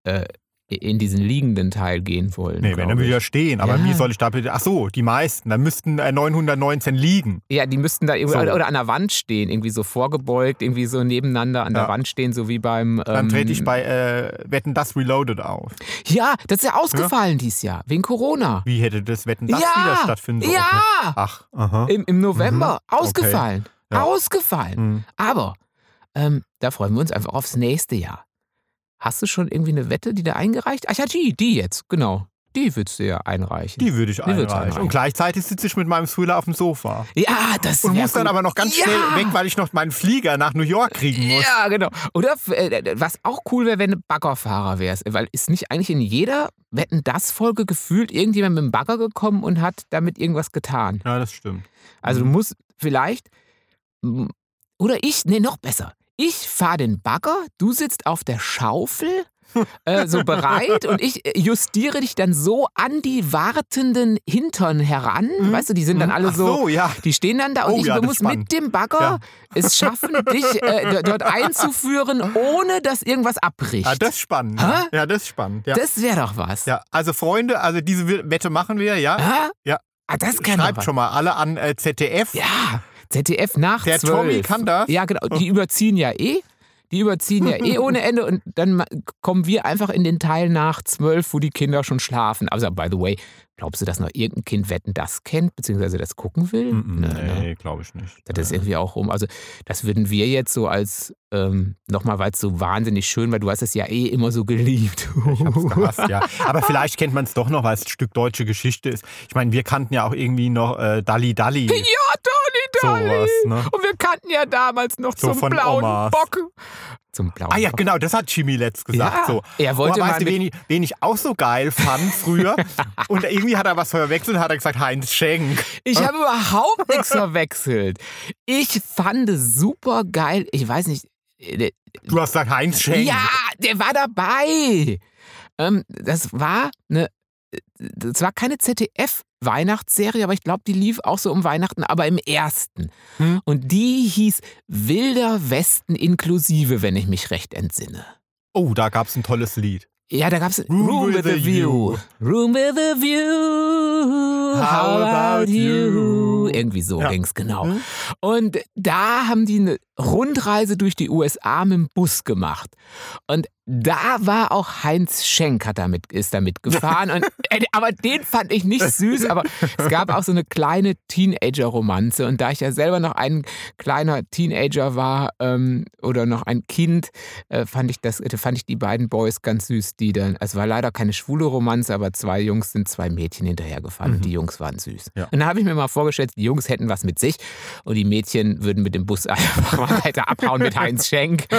Speaker 2: äh, in diesen liegenden Teil gehen wollen.
Speaker 1: Nee, wenn
Speaker 2: glaub
Speaker 1: dann
Speaker 2: ich.
Speaker 1: wieder stehen. Aber
Speaker 2: Ja.
Speaker 1: wie soll ich da bitte. Ach so, die meisten. Da müssten äh, 919 liegen.
Speaker 2: Ja, die müssten da irgendwie
Speaker 1: So.
Speaker 2: oder, oder an der Wand stehen, irgendwie so vorgebeugt, irgendwie so nebeneinander an der
Speaker 1: Ja.
Speaker 2: Wand stehen, so wie beim.
Speaker 1: Dann
Speaker 2: ähm,
Speaker 1: trete ich bei äh, Wetten das Reloaded auf.
Speaker 2: Ja, das ist ja ausgefallen dieses Jahr wegen Corona.
Speaker 1: Wie hätte das Wetten das
Speaker 2: Ja!
Speaker 1: wieder stattfinden sollen?
Speaker 2: Ja!
Speaker 1: Ach, aha.
Speaker 2: Im, im November.
Speaker 1: Mhm.
Speaker 2: Ausgefallen.
Speaker 1: Ja.
Speaker 2: Ausgefallen.
Speaker 1: Hm.
Speaker 2: Aber ähm, da freuen wir uns einfach aufs nächste Jahr. Hast du schon irgendwie eine Wette, die da eingereicht? Ach ja, die, die jetzt, genau. Die würdest du ja einreichen.
Speaker 1: Die würde ich
Speaker 2: Die würdest
Speaker 1: einreichen.
Speaker 2: du einreichen.
Speaker 1: Und gleichzeitig sitze ich mit meinem Thriller auf dem Sofa.
Speaker 2: Ja, das
Speaker 1: Und
Speaker 2: wär
Speaker 1: muss dann
Speaker 2: gut.
Speaker 1: aber noch ganz
Speaker 2: ja.
Speaker 1: schnell weg, weil ich noch meinen Flieger nach New York kriegen muss.
Speaker 2: Ja, genau. Oder äh, was auch cool wäre, wenn du Baggerfahrer wärst. Weil ist nicht eigentlich in jeder Wetten das Folge gefühlt irgendjemand mit dem Bagger gekommen und hat damit irgendwas getan.
Speaker 1: Ja, das stimmt.
Speaker 2: Also du
Speaker 1: Mhm.
Speaker 2: musst vielleicht m, oder ich, nee, noch besser. Ich fahre den Bagger, du sitzt auf der Schaufel, äh, so bereit und ich äh, justiere dich dann so an die wartenden Hintern heran. Weißt du, die sind dann alle
Speaker 1: Mhm. Ach so, ja.
Speaker 2: die stehen dann da und
Speaker 1: Oh
Speaker 2: ich
Speaker 1: ja, das
Speaker 2: muss
Speaker 1: ist spannend.
Speaker 2: mit dem Bagger es schaffen, dich äh, d- dort einzuführen, ohne dass irgendwas abbricht.
Speaker 1: Ja, Ah, das ist spannend.
Speaker 2: Hä?
Speaker 1: Ja, das ist spannend. Ja.
Speaker 2: Das wäre doch was.
Speaker 1: ja, also Freunde, also diese Wir- Wette machen wir, ja.
Speaker 2: Hä?
Speaker 1: Ja.
Speaker 2: Ah, das kann doch
Speaker 1: Schreibt
Speaker 2: was.
Speaker 1: schon mal alle an äh, ZDF.
Speaker 2: Ja, ZDF nach
Speaker 1: Der
Speaker 2: 12.
Speaker 1: Tommy kann das.
Speaker 2: Ja, genau. Die überziehen ja eh. Die überziehen ja eh ohne Ende und dann ma- kommen wir einfach in den Teil nach zwölf, wo die Kinder schon schlafen. Also, by the way, glaubst du, dass noch irgendein Kind Wetten das kennt, beziehungsweise das gucken will?
Speaker 1: Mm-mm,
Speaker 2: Nö, ne?
Speaker 1: glaube ich nicht.
Speaker 2: Das ist irgendwie auch rum. Also, das würden wir jetzt so als, ähm, nochmal, weil es so wahnsinnig schön war, du hast es ja eh immer so geliebt.
Speaker 1: Ich hab's gehasst, ja. Aber vielleicht kennt man es doch noch, weil es ein Stück deutsche Geschichte ist. Ich meine, wir kannten ja auch irgendwie noch äh, Dalli Dalli.
Speaker 2: Ja, Toni, Toni.
Speaker 1: Sowas, ne?
Speaker 2: Und wir kannten ja damals noch
Speaker 1: So
Speaker 2: zum
Speaker 1: von
Speaker 2: blauen
Speaker 1: Omas.
Speaker 2: Bock. Zum blauen
Speaker 1: Ah ja,
Speaker 2: Bock.
Speaker 1: genau, das hat Jimmy letzt gesagt.
Speaker 2: Ja,
Speaker 1: so.
Speaker 2: er wollte
Speaker 1: oh,
Speaker 2: mal
Speaker 1: weißt du,
Speaker 2: mit-
Speaker 1: wen ich, wen ich auch so geil fand früher? und irgendwie hat er was verwechselt, hat er gesagt, Heinz Schenk.
Speaker 2: Ich habe überhaupt nichts verwechselt. Ich fand es super geil. Ich weiß nicht. äh, der-
Speaker 1: Du hast gesagt, Heinz Schenk.
Speaker 2: Ja, der war dabei. Ähm, das war eine. Das war keine ZDF-Weihnachtsserie, aber ich glaube, die lief auch so um Weihnachten, aber im ersten.
Speaker 1: Hm.
Speaker 2: Und die hieß Wilder Westen inklusive, wenn ich mich recht entsinne.
Speaker 1: Oh, da gab es ein tolles Lied.
Speaker 2: Ja, da gab's
Speaker 1: Room with a View.
Speaker 2: Room with a View. How about you?
Speaker 1: you?
Speaker 2: Irgendwie so
Speaker 1: Ja.
Speaker 2: ging's, genau.
Speaker 1: Mhm.
Speaker 2: Und da haben die eine Rundreise durch die USA mit dem Bus gemacht. Und da war auch Heinz Schenk hat damit, ist damit gefahren. Und, äh, aber den fand ich nicht süß, aber es gab auch so eine kleine Teenager-Romanze. Und da ich ja selber noch ein kleiner Teenager war ähm, oder noch ein Kind, äh, fand, ich das, äh, fand ich die beiden Boys ganz süß, die dann, es war leider keine schwule Romanze, aber zwei Jungs sind zwei Mädchen hinterhergefahren und die Jungs waren süß.
Speaker 1: Ja.
Speaker 2: Und da habe ich mir mal vorgestellt, die Jungs hätten was mit sich und die Mädchen würden mit dem Bus einfach mal weiter abhauen mit Heinz Schenk.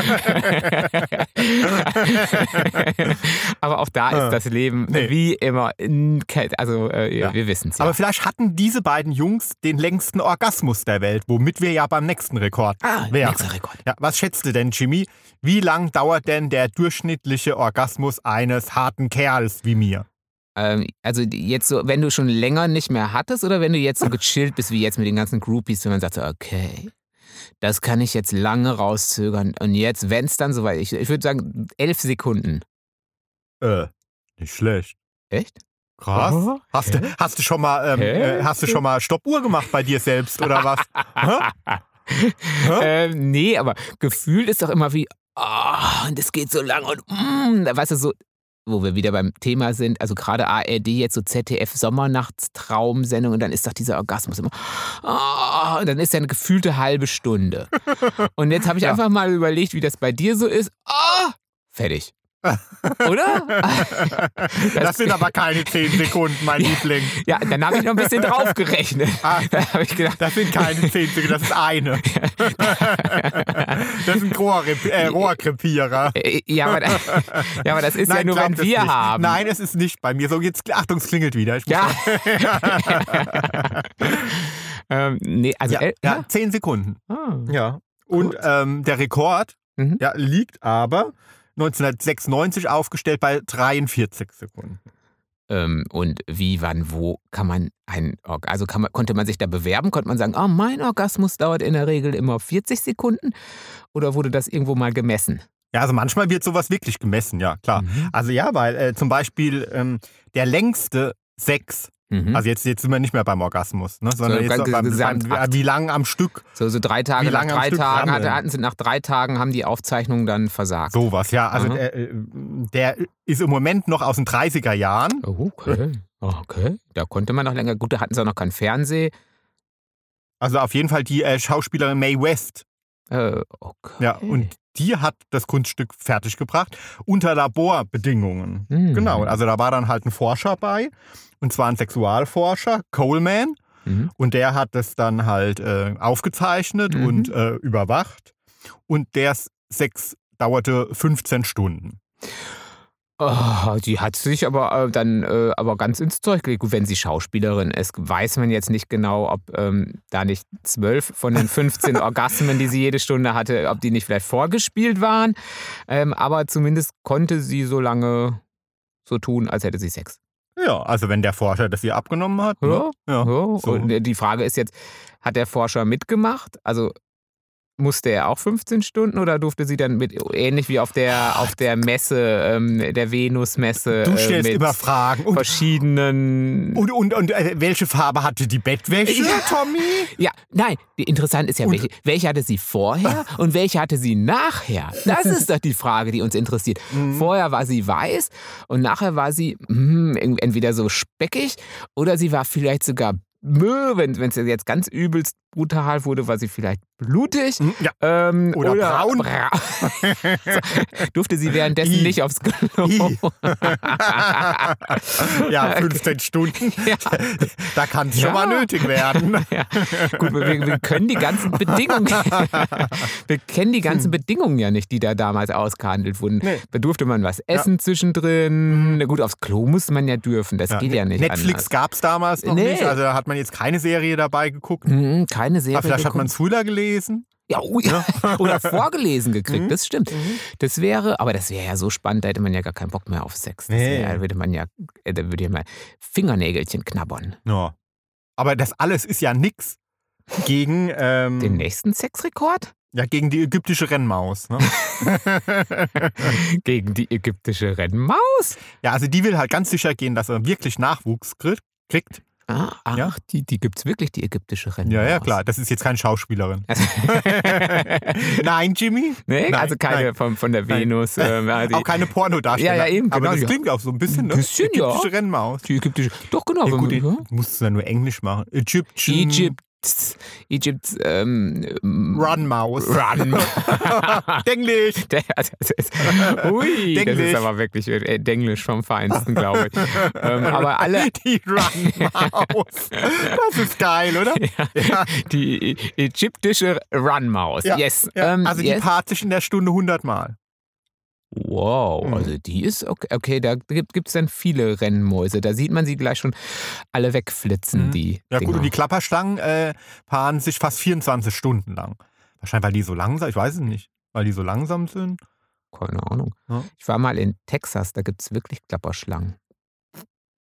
Speaker 2: aber auch da ist das Leben
Speaker 1: Ah. Nee.
Speaker 2: wie immer, in, also äh,
Speaker 1: Ja.
Speaker 2: wir wissen es ja.
Speaker 1: Aber vielleicht hatten diese beiden Jungs den längsten Orgasmus der Welt, womit wir ja beim nächsten Rekord
Speaker 2: Ah,
Speaker 1: wären.
Speaker 2: nächster Rekord.
Speaker 1: Ja, was schätzt du denn, Jimmy? Wie lang dauert denn der durchschnittliche Orgasmus eines harten Kerls wie mir?
Speaker 2: Ähm, also jetzt so, wenn du schon länger nicht mehr hattest oder wenn du jetzt so gechillt bist wie jetzt mit den ganzen Groupies, wenn man sagt, so, okay, das kann ich jetzt lange rauszögern und jetzt, wenn es dann soweit, ich, ich würde sagen, elf Sekunden.
Speaker 1: Äh, nicht schlecht.
Speaker 2: Echt?
Speaker 1: Krass.
Speaker 2: Oh,
Speaker 1: hast, du, hast du schon mal, ähm,
Speaker 2: Hä?
Speaker 1: äh, hast du schon mal Stoppuhr gemacht bei dir selbst oder was? Hä?
Speaker 2: ähm, nee, aber gefühlt ist doch immer wie, ah, und es geht so lang und mm, da weißt du so, wo wir wieder beim Thema sind, also gerade ARD jetzt so ZDF Sommernachtstraumsendung und dann ist doch dieser Orgasmus immer, ah, und dann ist ja eine gefühlte halbe Stunde. Und jetzt habe ich einfach mal überlegt, wie das bei dir so ist. Ah, fertig. Oder?
Speaker 1: Das sind aber keine 10 Sekunden, mein Liebling.
Speaker 2: Ja, dann habe ich noch ein bisschen draufgerechnet.
Speaker 1: Ah.
Speaker 2: Da habe ich gedacht,
Speaker 1: Das sind keine 10 Sekunden, das ist eine. Das sind Rohrrep äh, Rohrkrepierer.
Speaker 2: äh, ja, aber, das- ja, aber das ist ja nur,
Speaker 1: glaubt
Speaker 2: wenn
Speaker 1: es
Speaker 2: wir
Speaker 1: nicht.
Speaker 2: haben.
Speaker 1: Nein, es ist nicht bei mir. So, jetzt, Achtung, es klingelt wieder. Ich muss
Speaker 2: Ja. ähm, nee, also.
Speaker 1: Ja,
Speaker 2: äh,
Speaker 1: ja, zehn Sekunden.
Speaker 2: Ah.
Speaker 1: Ja. Und ähm, der Rekord
Speaker 2: Mhm.
Speaker 1: ja, liegt aber 1996 aufgestellt bei 43 Sekunden.
Speaker 2: Ähm, und wie, wann, wo kann man einen Orgasmus, also kann man, konnte man sich da bewerben? Konnte man sagen, ah, mein Orgasmus dauert in der Regel immer 40 Sekunden? Oder wurde das irgendwo mal gemessen?
Speaker 1: Ja, also manchmal wird sowas wirklich gemessen, ja, klar.
Speaker 2: Mhm.
Speaker 1: Also ja, weil äh, zum Beispiel ähm, der längste sechs,
Speaker 2: Mhm.
Speaker 1: also jetzt, jetzt sind wir nicht mehr beim Orgasmus, ne, sondern
Speaker 2: ganz
Speaker 1: jetzt so beim,
Speaker 2: gesamt
Speaker 1: beim,
Speaker 2: acht.
Speaker 1: wie lang am Stück
Speaker 2: so, so drei Tage,
Speaker 1: Wie
Speaker 2: nach
Speaker 1: lange am
Speaker 2: drei
Speaker 1: Stück
Speaker 2: Tagen,
Speaker 1: rammeln?
Speaker 2: hatte, hatten sie nach drei Tagen haben die Aufzeichnungen dann versagt.
Speaker 1: sowas, ja. Also
Speaker 2: Aha.
Speaker 1: der, äh, der ist im Moment noch aus den 30er Jahren.
Speaker 2: Oh, Okay, okay. Da konnte man noch länger. Gut, da hatten sie auch noch keinen Fernseh.
Speaker 1: Also auf jeden Fall die äh, Schauspielerin Mae West.
Speaker 2: Äh, okay.
Speaker 1: Ja, und die hat das Kunststück fertiggebracht unter Laborbedingungen.
Speaker 2: Hm.
Speaker 1: Genau, also da war dann halt ein Forscher bei, und zwar ein Sexualforscher, Coleman,
Speaker 2: Mhm.
Speaker 1: und der hat das dann halt äh, aufgezeichnet
Speaker 2: Mhm.
Speaker 1: und äh, überwacht. Und der Sex dauerte 15 Stunden.
Speaker 2: Oh, die hat sich aber äh, dann äh, aber ganz ins Zeug gelegt. Gut, wenn sie Schauspielerin ist, weiß man jetzt nicht genau, ob ähm, da nicht zwölf von den 15 Orgasmen, die sie jede Stunde hatte, ob die nicht vielleicht vorgespielt waren. Ähm, aber zumindest konnte sie so lange so tun, als hätte sie Sex.
Speaker 1: Ja, also wenn der Forscher das ihr abgenommen hat. ne?
Speaker 2: Ja,
Speaker 1: Ja.
Speaker 2: ja.
Speaker 1: so.
Speaker 2: Und äh, die Frage ist jetzt, hat der Forscher mitgemacht? Also musste er auch 15 Stunden oder durfte sie dann mit ähnlich wie auf der auf der Messe ähm, der Venus-Messe
Speaker 1: Du
Speaker 2: äh,
Speaker 1: stellst
Speaker 2: mit
Speaker 1: immer Fragen. Und,
Speaker 2: verschiedenen.
Speaker 1: und, und, und äh, welche Farbe hatte die Bettwäsche,
Speaker 2: Ja.
Speaker 1: Tommy?
Speaker 2: ja, nein, die- interessant ist ja, welche, welche hatte sie vorher und welche hatte sie nachher? Das ist doch die Frage, die uns interessiert.
Speaker 1: Mhm.
Speaker 2: Vorher war sie weiß und nachher war sie mm, irgendwie entweder so speckig oder sie war vielleicht sogar mö, wenn es jetzt ganz übelst brutal wurde, war sie vielleicht blutig.
Speaker 1: Hm, Ja,
Speaker 2: Ähm,
Speaker 1: Oder braun.
Speaker 2: bra Durfte sie währenddessen
Speaker 1: I.
Speaker 2: nicht aufs Klo.
Speaker 1: I. ja, 15 Stunden. Da kann es schon
Speaker 2: Ja.
Speaker 1: mal nötig werden.
Speaker 2: Ja, gut, wir, wir können die ganzen Bedingungen, wir kennen die ganzen Bedingungen ja nicht, die da damals ausgehandelt wurden.
Speaker 1: Hm. Nee. Mhm.
Speaker 2: Da durfte man was essen zwischendrin. Na gut, aufs Klo muss man ja dürfen, das geht ja nicht
Speaker 1: Netflix gab es damals noch
Speaker 2: Nee.
Speaker 1: nicht, also da hat man jetzt keine Serie dabei geguckt.
Speaker 2: anders. Mhm, keine Serie.
Speaker 1: Aber Ah, vielleicht hat
Speaker 2: geguckt.
Speaker 1: man es früher gelesen.
Speaker 2: ja, oh, ja. oder vorgelesen gekriegt,
Speaker 1: Mhm.
Speaker 2: das stimmt. Das wäre, aber das wäre ja so spannend, da hätte man ja gar keinen Bock mehr auf Sex. Das
Speaker 1: Nee.
Speaker 2: wäre, da würde man ja, äh, da würde ja mal Fingernägelchen knabbern.
Speaker 1: Ja. Aber das alles ist ja nix gegen, ähm,
Speaker 2: Den nächsten Sexrekord?
Speaker 1: ja, gegen die ägyptische Rennmaus. Ne?
Speaker 2: Gegen die ägyptische Rennmaus?
Speaker 1: ja, also die will halt ganz sicher gehen, dass er wirklich Nachwuchs kriegt. kriegt.
Speaker 2: Ah, ach,
Speaker 1: Ja.
Speaker 2: die, die gibt es wirklich, die ägyptische Rennmaus.
Speaker 1: Ja, ja, klar. Das ist jetzt keine Schauspielerin.
Speaker 2: Also,
Speaker 1: Nein, Jimmy?
Speaker 2: nee,
Speaker 1: Nein,
Speaker 2: also keine
Speaker 1: nein.
Speaker 2: von, von der
Speaker 1: Nein.
Speaker 2: Venus. Ähm, ja, die,
Speaker 1: Auch keine Pornodarsteller.
Speaker 2: Ja, ja, eben, genau,
Speaker 1: Aber das
Speaker 2: ja.
Speaker 1: klingt auch so ein bisschen, ne?
Speaker 2: Bisschen, ja.
Speaker 1: Ägyptische Rennmaus.
Speaker 2: die ägyptische. Doch, genau.
Speaker 1: Ja,
Speaker 2: wenn
Speaker 1: gut, Mhm.
Speaker 2: man- ja.
Speaker 1: ich musst du ja nur Englisch machen. Egyptian
Speaker 2: Egypt. Egypt. Ähm, ähm,
Speaker 1: Runmaus.
Speaker 2: Run.
Speaker 1: Englisch.
Speaker 2: Der- das ist, ui, das
Speaker 1: Denglisch.
Speaker 2: ist aber wirklich äh, Denglisch vom Feinsten, glaube ich. ähm, aber alle,
Speaker 1: Die Runmaus. Das ist geil, oder? Ja.
Speaker 2: die ä- ägyptische Runmaus.
Speaker 1: Ja,
Speaker 2: yes.
Speaker 1: Ja,
Speaker 2: ähm,
Speaker 1: also die
Speaker 2: yes.
Speaker 1: paart sich in der Stunde 100 Mal.
Speaker 2: Wow,
Speaker 1: Mhm.
Speaker 2: also die ist okay. Okay, da gibt es dann viele Rennmäuse. Da sieht man sie gleich schon alle wegflitzen,
Speaker 1: Mhm.
Speaker 2: die.
Speaker 1: Ja gut,
Speaker 2: Dinger.
Speaker 1: und die Klapperschlangen äh, paaren sich fast 24 Stunden lang. Wahrscheinlich, weil die so langsam, ich weiß es nicht, weil die so langsam sind.
Speaker 2: Keine Ahnung.
Speaker 1: Ja.
Speaker 2: Ich war mal in Texas, da gibt es wirklich Klapperschlangen.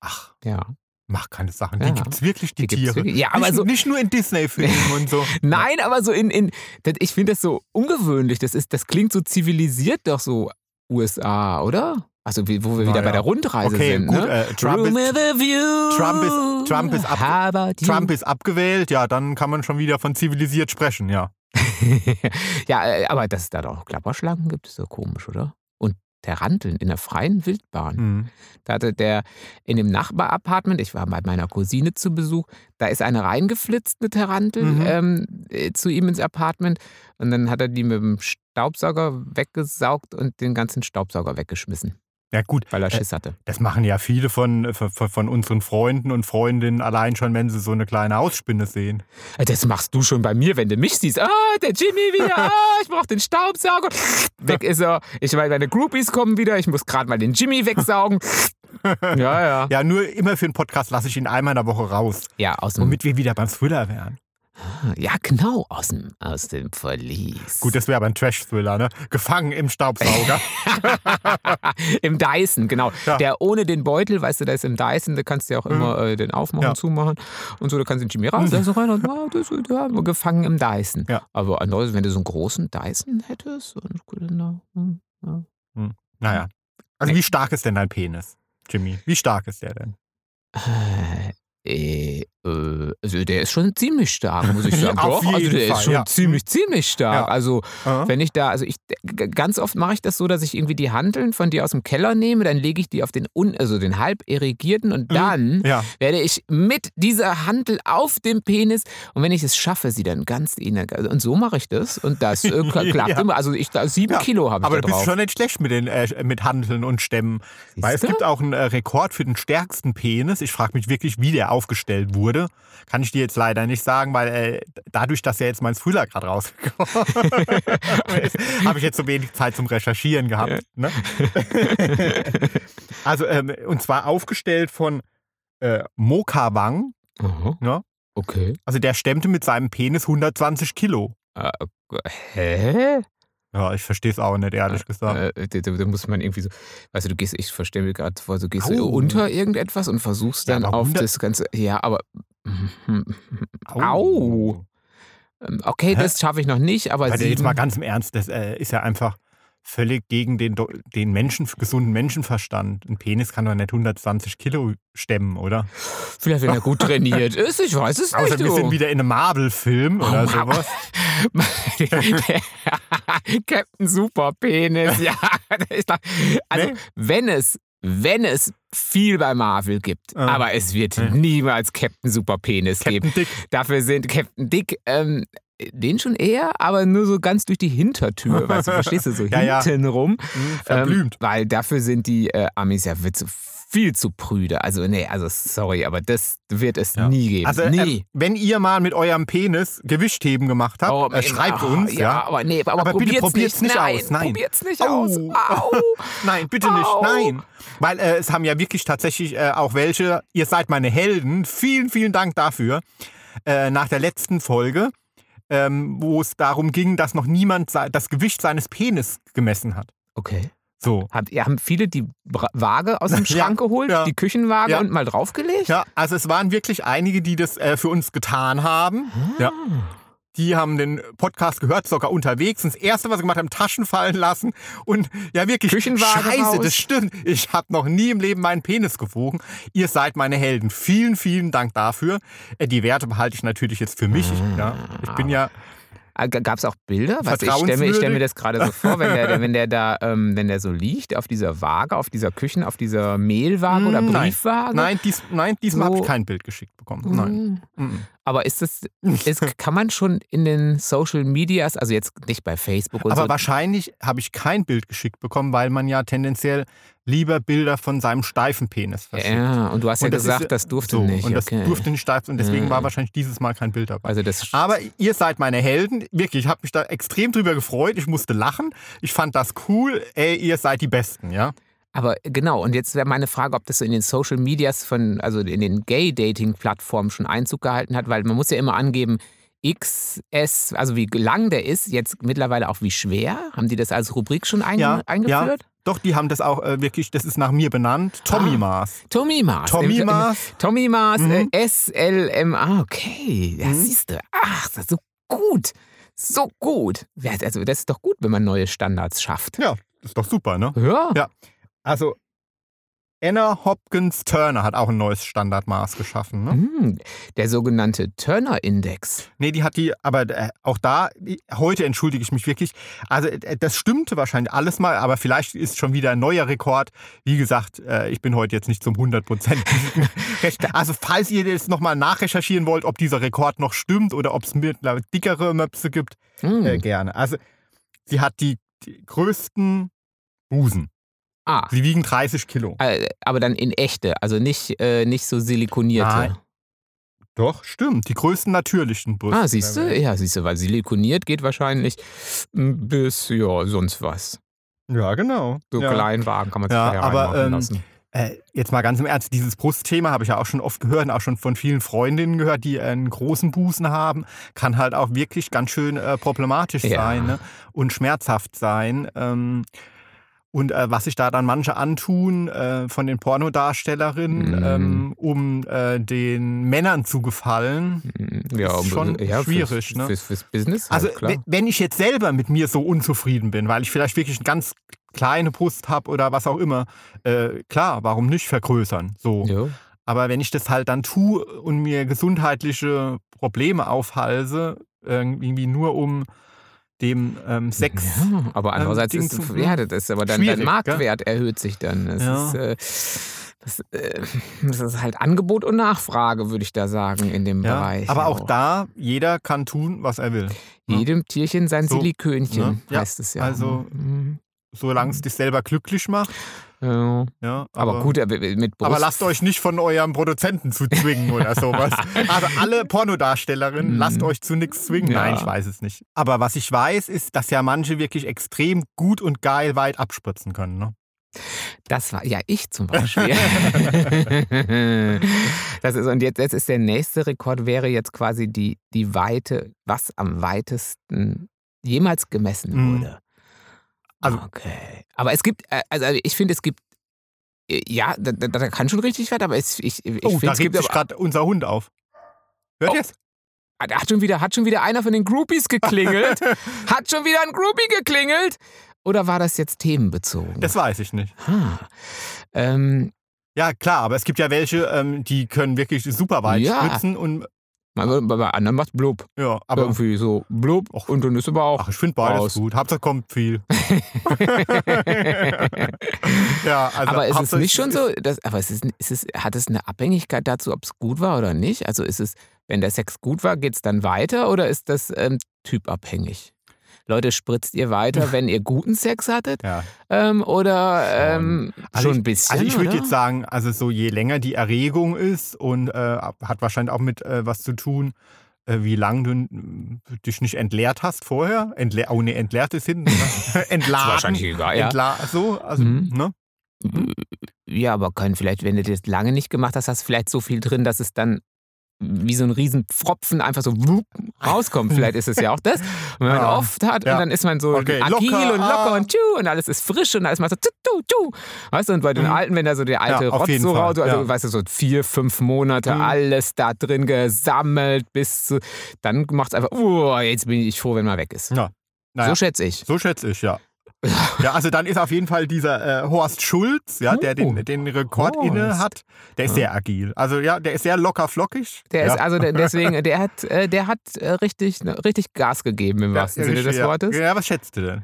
Speaker 1: Ach,
Speaker 2: Ja.
Speaker 1: mach keine Sachen. Die
Speaker 2: Ja.
Speaker 1: gibt's wirklich, die,
Speaker 2: Die gibt's
Speaker 1: Tiere.
Speaker 2: wirklich. Ja, aber
Speaker 1: nicht,
Speaker 2: so-
Speaker 1: nicht nur in Disney-Filmen und so.
Speaker 2: Nein, aber so in, in das, ich finde das so ungewöhnlich. Das, ist, das klingt so zivilisiert doch so USA, oder? Also wie, wo wir
Speaker 1: Na
Speaker 2: wieder
Speaker 1: ja.
Speaker 2: bei der Rundreise
Speaker 1: Okay,
Speaker 2: sind.
Speaker 1: gut.
Speaker 2: ne?
Speaker 1: Äh, Trump,
Speaker 2: Room
Speaker 1: ist,
Speaker 2: with a view.
Speaker 1: Trump ist- Trump ist ab-
Speaker 2: How about you?
Speaker 1: Trump ist abgewählt, ja, dann kann man schon wieder von zivilisiert sprechen, ja.
Speaker 2: ja, äh, aber dass es da doch Klapperschlangen gibt, ist so komisch, oder? Und Taranteln in der freien Wildbahn.
Speaker 1: Mhm.
Speaker 2: Da hatte der in dem Nachbarapartment, ich war bei meiner Cousine zu Besuch, da ist eine reingeflitzt, eine Tarantel,
Speaker 1: Mhm.
Speaker 2: ähm, äh, zu ihm ins Apartment. Und dann hat er die mit dem Staubsauger weggesaugt und den ganzen Staubsauger weggeschmissen,
Speaker 1: Ja gut,
Speaker 2: weil er
Speaker 1: Äh,
Speaker 2: Schiss hatte.
Speaker 1: das machen ja viele von, von, von unseren Freunden und Freundinnen allein schon, wenn sie so eine kleine Hausspinne sehen.
Speaker 2: Äh, Das machst du schon bei mir, wenn du mich siehst. Ah, der Jimmy wieder, ah, ich brauch den Staubsauger. Weg ist er. Ich meine, meine Groupies kommen wieder, ich muss gerade mal den Jimmy wegsaugen. Ja, ja.
Speaker 1: Ja, nur immer für einen Podcast lasse ich ihn einmal in der Woche raus,
Speaker 2: Ja, aus dem,
Speaker 1: womit wir wieder beim Thriller wären.
Speaker 2: ja genau, aus dem, aus dem Verlies.
Speaker 1: Gut, das wäre aber ein Trash-Thriller, ne? Gefangen im Staubsauger.
Speaker 2: Im Dyson, genau.
Speaker 1: Ja. Mhm.
Speaker 2: Der ohne den Beutel, weißt du, der ist im Dyson, da kannst du ja auch immer äh, den aufmachen,
Speaker 1: Ja.
Speaker 2: zumachen und so, da kannst du den Jimmy raus, da ist er rein und ah, das, da, gefangen im Dyson.
Speaker 1: Ja.
Speaker 2: Aber andererseits, wenn du so einen großen Dyson hättest und genau, hm, ja.
Speaker 1: naja. Also wie stark ist denn dein Penis, Jimmy? Wie stark ist der denn?
Speaker 2: Äh, äh, also der ist schon ziemlich stark, muss ich sagen.
Speaker 1: Auf
Speaker 2: Doch, also
Speaker 1: jeden
Speaker 2: der
Speaker 1: Fall,
Speaker 2: ist schon
Speaker 1: ja. Hm.
Speaker 2: ziemlich, ziemlich stark.
Speaker 1: Ja.
Speaker 2: Also
Speaker 1: Äh?
Speaker 2: wenn ich da, also ich g- ganz oft mache ich das so, dass ich irgendwie die Hanteln von dir aus dem Keller nehme, dann lege ich die auf den un, also den halb erigierten und dann
Speaker 1: Mhm. Ja,
Speaker 2: werde ich mit dieser Hantel auf dem Penis und wenn ich es schaffe, sie dann ganz innen. also- Und so mache ich das und das äh, kla- klappt
Speaker 1: Ja.
Speaker 2: immer. Also ich da sieben
Speaker 1: Ja,
Speaker 2: Kilo habe ich
Speaker 1: aber
Speaker 2: da
Speaker 1: du bist
Speaker 2: drauf.
Speaker 1: schon nicht schlecht mit, den, äh, mit Handeln und Stämmen. Weil es
Speaker 2: Siehste?
Speaker 1: gibt auch einen äh, Rekord für den stärksten Penis. Ich frage mich wirklich, wie der aufgestellt wurde. Kann ich dir jetzt leider nicht sagen, weil äh, dadurch, dass ja jetzt mein Thriller gerade rausgekommen ist, habe ich jetzt so wenig Zeit zum Recherchieren gehabt. Ne? also, ähm, und zwar aufgestellt von äh, Moka Wang.
Speaker 2: Aha.
Speaker 1: Ja.
Speaker 2: Okay.
Speaker 1: Also der stemmte mit seinem Penis 120 Kilo.
Speaker 2: Äh, hä?
Speaker 1: Ja, ich verstehe es auch nicht, ehrlich gesagt.
Speaker 2: Äh, da, da da muss man irgendwie so, weißt du, du gehst, ich verstehe mir gerade vor, du gehst
Speaker 1: Au.
Speaker 2: unter irgendetwas und versuchst
Speaker 1: Ja,
Speaker 2: dann
Speaker 1: aber
Speaker 2: auf
Speaker 1: hundert-
Speaker 2: das Ganze. Ja, aber. au. Ähm, Okay,
Speaker 1: Hä?
Speaker 2: das schaffe ich noch nicht, aber
Speaker 1: Also jetzt
Speaker 2: sieben,
Speaker 1: mal ganz im Ernst, das äh, ist ja einfach völlig gegen den, Do- den Menschen, gesunden Menschenverstand. Ein Penis kann doch nicht 120 Kilo stemmen, oder?
Speaker 2: vielleicht, wenn er gut trainiert ist, ich weiß es
Speaker 1: Außer
Speaker 2: nicht.
Speaker 1: wir
Speaker 2: du.
Speaker 1: sind wieder in einem Marvel-Film oder
Speaker 2: Oh,
Speaker 1: sowas.
Speaker 2: Captain Superpenis, ja. Ich glaub, also, wenn es, wenn es viel bei Marvel gibt,
Speaker 1: Ah.
Speaker 2: aber es wird niemals Captain Superpenis geben.
Speaker 1: Captain Dick.
Speaker 2: Dafür sind Captain Dick, ähm, den schon eher, aber nur so ganz durch die Hintertür, weißt du, verstehst du, so
Speaker 1: Ja, ja.
Speaker 2: hintenrum.
Speaker 1: Hm,
Speaker 2: Ähm,
Speaker 1: verblümt.
Speaker 2: weil dafür sind die äh, Amis ja viel zu- viel zu prüde. Also, nee, also sorry, aber das wird es
Speaker 1: Ja.
Speaker 2: nie geben.
Speaker 1: also,
Speaker 2: nie.
Speaker 1: äh, wenn ihr mal mit eurem Penis Gewichtheben gemacht habt,
Speaker 2: Oh,
Speaker 1: äh,
Speaker 2: Mann.
Speaker 1: schreibt
Speaker 2: Ah,
Speaker 1: uns. Ja.
Speaker 2: aber nee, aber,
Speaker 1: Aber bitte
Speaker 2: probiert's,
Speaker 1: probiert's
Speaker 2: nicht,
Speaker 1: nicht
Speaker 2: nein,
Speaker 1: aus, nein.
Speaker 2: Probiert's nicht
Speaker 1: Au.
Speaker 2: aus. Au.
Speaker 1: Nein, bitte nicht,
Speaker 2: Au.
Speaker 1: nein. Weil äh, es haben ja wirklich tatsächlich äh, auch welche, ihr seid meine Helden, vielen, vielen Dank dafür, äh, nach der letzten Folge, ähm, wo es darum ging, dass noch niemand se- das Gewicht seines Penis gemessen hat.
Speaker 2: Okay.
Speaker 1: So.
Speaker 2: Habt, ihr haben viele die Bra- Waage aus dem
Speaker 1: Ja,
Speaker 2: Schrank geholt,
Speaker 1: ja.
Speaker 2: die Küchenwaage
Speaker 1: Ja.
Speaker 2: und mal draufgelegt?
Speaker 1: Ja, also es waren wirklich einige, die das äh, für uns getan haben. Ja. Die haben den Podcast gehört, sogar unterwegs. Und das Erste, was sie gemacht haben, Taschen fallen lassen. Und ja, wirklich,
Speaker 2: Küchenwaage
Speaker 1: scheiße,
Speaker 2: raus.
Speaker 1: das stimmt. Ich habe noch nie im Leben meinen Penis gewogen. Ihr seid meine Helden. Vielen, vielen Dank dafür. Äh, die Werte behalte ich natürlich jetzt für mich. Ich, ja, ich bin ja,
Speaker 2: Gab es Ah, auch Bilder? Was, ich stelle mir, ich stell mir das gerade so vor, wenn der, wenn der da, ähm, wenn der so liegt auf dieser Waage, auf dieser Küchen, auf dieser Mehlwaage oder
Speaker 1: Mm, nein.
Speaker 2: Briefwaage.
Speaker 1: nein, dies, nein diesmal habe
Speaker 2: Also So. Mm.
Speaker 1: ich kein Bild geschickt bekommen. Nein. Mhm.
Speaker 2: Aber ist das, ist, kann man schon in den Social Medias, also jetzt nicht bei Facebook und
Speaker 1: Aber
Speaker 2: so,
Speaker 1: wahrscheinlich habe ich kein Bild geschickt bekommen, weil man ja tendenziell lieber Bilder von seinem steifen Penis verschickt.
Speaker 2: ja, und du hast ja
Speaker 1: Und das ist
Speaker 2: gesagt,
Speaker 1: ja-
Speaker 2: das durfte
Speaker 1: So,
Speaker 2: nicht.
Speaker 1: und das
Speaker 2: okay.
Speaker 1: durfte Ah, nicht steif und deswegen
Speaker 2: Ja.
Speaker 1: war wahrscheinlich dieses Mal kein Bild dabei.
Speaker 2: also das
Speaker 1: Aber ihr seid meine Helden. Wirklich, ich habe mich da extrem drüber gefreut. Ich musste lachen. Ich fand das cool. Ey, ihr seid die Besten, ja?
Speaker 2: Aber genau, und jetzt wäre meine Frage, ob das so in den Social Medias von, also in den Gay-Dating-Plattformen schon Einzug gehalten hat, weil man muss ja immer angeben, XS, also wie lang der ist, jetzt mittlerweile auch wie schwer. Haben die das als Rubrik schon einge
Speaker 1: Ja, ja.
Speaker 2: eingeführt?
Speaker 1: Doch, die haben das auch äh, wirklich, das ist nach mir benannt. Tommy
Speaker 2: Ah.
Speaker 1: Maß.
Speaker 2: Tommy Maas.
Speaker 1: Tommy
Speaker 2: Im- im-
Speaker 1: Maß.
Speaker 2: Tommy Maas,
Speaker 1: Mhm.
Speaker 2: äh, SLMA. Okay, das
Speaker 1: Mhm.
Speaker 2: siehst du. Ach, das ist so gut. So gut. Ja, Also, das ist doch gut, wenn man neue Standards schafft.
Speaker 1: Ja, ist doch super, ne?
Speaker 2: Ja.
Speaker 1: Ja. Also, Anna Hopkins Turner hat auch ein neues Standardmaß geschaffen. Ne?
Speaker 2: Hm, der sogenannte Turner-Index.
Speaker 1: Nee, die hat die, aber äh, auch da, die- heute entschuldige ich mich wirklich. Also, äh, das stimmte wahrscheinlich alles mal, aber vielleicht ist schon wieder ein neuer Rekord. Wie gesagt, äh, ich bin heute jetzt nicht zum 100 Prozent. also, falls ihr jetzt nochmal nachrecherchieren wollt, ob dieser Rekord noch stimmt oder ob es mittlerweile dickere Möpse gibt,
Speaker 2: Hm.
Speaker 1: äh, gerne. Also, sie hat die, die größten Busen.
Speaker 2: ah,
Speaker 1: Sie wiegen 30 Kilo.
Speaker 2: äh, aber dann in echte, also nicht, äh, nicht so silikonierte.
Speaker 1: Nein. Doch, stimmt. Die größten natürlichen Brüste.
Speaker 2: Ah, siehst du? Ja, siehst du, weil silikoniert geht wahrscheinlich m, bis, ja, sonst was.
Speaker 1: Ja, genau.
Speaker 2: So
Speaker 1: ja.
Speaker 2: Kleinwagen kann man sich
Speaker 1: Ja,
Speaker 2: ja
Speaker 1: aber,
Speaker 2: reinmachen
Speaker 1: ähm,
Speaker 2: lassen.
Speaker 1: Äh, jetzt mal ganz im Ernst, dieses Brustthema habe ich ja auch schon oft gehört und auch schon von vielen Freundinnen gehört, die äh, einen großen Busen haben. Kann halt auch wirklich ganz schön äh, problematisch
Speaker 2: Ja.
Speaker 1: sein ne? und schmerzhaft sein. Ähm, und äh, was sich da dann manche antun äh, von den Pornodarstellerinnen,
Speaker 2: Mhm.
Speaker 1: ähm, um äh, den Männern zu gefallen.
Speaker 2: Hm, Ja,
Speaker 1: ist schon
Speaker 2: ja,
Speaker 1: schwierig,
Speaker 2: fürs,
Speaker 1: ne?
Speaker 2: Fürs, fürs Business, halt,
Speaker 1: Also
Speaker 2: klar.
Speaker 1: we- wenn ich jetzt selber mit mir so unzufrieden bin, weil ich vielleicht wirklich eine ganz kleine Brust habe oder was auch immer, äh, klar, warum nicht vergrößern? So.
Speaker 2: Ja.
Speaker 1: Aber wenn ich das halt dann tue und mir gesundheitliche Probleme aufhalse, irgendwie nur um dem ähm, Sex.
Speaker 2: Ja, aber andererseits
Speaker 1: Ähm, Ding
Speaker 2: ist,
Speaker 1: zu-
Speaker 2: ja, das ist aber dann dein
Speaker 1: Schwierig,
Speaker 2: Marktwert erhöht sich dann. Das,
Speaker 1: Ja.
Speaker 2: ist, äh, das, äh, das ist halt Angebot und Nachfrage, würde ich da sagen, in dem
Speaker 1: Ja,
Speaker 2: Bereich.
Speaker 1: aber auch da, jeder kann tun, was er will.
Speaker 2: Jedem Tierchen sein
Speaker 1: So,
Speaker 2: Silikönchen,
Speaker 1: ne? Ja,
Speaker 2: heißt es ja.
Speaker 1: also-
Speaker 2: Mhm.
Speaker 1: Solange es dich selber glücklich macht.
Speaker 2: ja.
Speaker 1: Ja,
Speaker 2: Aber, gut, aber mit Brust.
Speaker 1: Aber lasst euch nicht von eurem Produzenten zu zwingen oder sowas. Also alle Pornodarstellerinnen,
Speaker 2: Mhm.
Speaker 1: lasst euch zu nichts zwingen.
Speaker 2: Ja.
Speaker 1: Nein, ich weiß es nicht. Aber was ich weiß, ist, dass ja manche wirklich extrem gut und geil weit abspritzen können. Ne?
Speaker 2: Das war ja ich zum Beispiel. das ist, und jetzt, jetzt ist der nächste Rekord, wäre jetzt quasi die, die Weite, was am weitesten jemals gemessen
Speaker 1: Mhm.
Speaker 2: wurde.
Speaker 1: Also-
Speaker 2: okay. Aber es gibt, äh, also ich finde, es gibt, äh, ja, da, da, da kann schon richtig werden, aber es, ich, ich
Speaker 1: Oh,
Speaker 2: finde,
Speaker 1: da
Speaker 2: es gibt
Speaker 1: regt sich
Speaker 2: aber,
Speaker 1: gerade unser Hund auf. Hört
Speaker 2: Oh.
Speaker 1: ihr es?
Speaker 2: Ah, da hat schon wieder, hat schon wieder einer von den Groupies geklingelt. hat schon wieder ein Groupie geklingelt. Oder war das jetzt themenbezogen?
Speaker 1: Das weiß ich nicht.
Speaker 2: ah. ähm,
Speaker 1: Ja, klar, aber es gibt ja welche, ähm, die können wirklich super weit
Speaker 2: Ja.
Speaker 1: spritzen und
Speaker 2: bei, bei bei anderen macht blub.
Speaker 1: ja, aber
Speaker 2: irgendwie so blub
Speaker 1: Och.
Speaker 2: und dann ist aber auch.
Speaker 1: ach, ich finde beides
Speaker 2: Aus.
Speaker 1: gut. Hauptsache kommt viel. ja, also
Speaker 2: aber ist es
Speaker 1: Hauptsache
Speaker 2: nicht schon so, dass, aber ist es, ist es, hat es eine Abhängigkeit dazu, ob es gut war oder nicht? Also ist es, wenn der Sex gut war, geht es dann weiter oder ist das ähm, typabhängig? Leute, spritzt ihr weiter, wenn ihr guten Sex hattet?
Speaker 1: Ja.
Speaker 2: Ähm, oder ähm, schon,
Speaker 1: Also ich-
Speaker 2: ein bisschen?
Speaker 1: Also ich würde
Speaker 2: oder?
Speaker 1: jetzt sagen, also so je länger die Erregung ist und äh, hat wahrscheinlich auch mit äh, was zu tun, äh, wie lange du n- äh, dich nicht entleert hast vorher. Entleer, oh ne, entleert ist hinten. Ne? Entladen.
Speaker 2: wahrscheinlich egal, ja.
Speaker 1: Entla so, also,
Speaker 2: Mhm.
Speaker 1: ne?
Speaker 2: Ja, aber können vielleicht, wenn du das lange nicht gemacht hast, hast vielleicht so viel drin, dass es dann wie so ein Riesenpfropfen einfach so wupp rauskommt. Vielleicht ist es ja auch das. Und wenn man
Speaker 1: Ja.
Speaker 2: oft hat
Speaker 1: Ja.
Speaker 2: und dann ist man so
Speaker 1: Okay,
Speaker 2: agil
Speaker 1: locker,
Speaker 2: und locker
Speaker 1: ah.
Speaker 2: und tschu und alles ist frisch und alles macht so tschu, tschu, tschu. Weißt du, und bei den
Speaker 1: Mhm.
Speaker 2: Alten, wenn da so der alte
Speaker 1: Ja, auf
Speaker 2: Rotz
Speaker 1: jeden
Speaker 2: so
Speaker 1: Fall,
Speaker 2: raus, also
Speaker 1: ja.
Speaker 2: weißt du, so vier, fünf Monate,
Speaker 1: Mhm.
Speaker 2: alles da drin gesammelt bis zu, dann macht es einfach, oh, jetzt bin ich froh, wenn man weg ist.
Speaker 1: Ja. Naja.
Speaker 2: So schätze ich.
Speaker 1: So schätze ich, ja. Ja, also dann ist auf jeden Fall dieser äh, Horst Schulz, ja, der
Speaker 2: Oh,
Speaker 1: den, den Rekord
Speaker 2: Horst.
Speaker 1: inne hat, der ist sehr agil. Also ja, der ist sehr locker flockig.
Speaker 2: Der
Speaker 1: ja.
Speaker 2: ist also de- deswegen, der hat, äh, der hat äh, richtig, ne, richtig Gas gegeben im wahrsten Sinne
Speaker 1: richtig,
Speaker 2: des Wortes.
Speaker 1: Ja. ja, was schätzt du denn?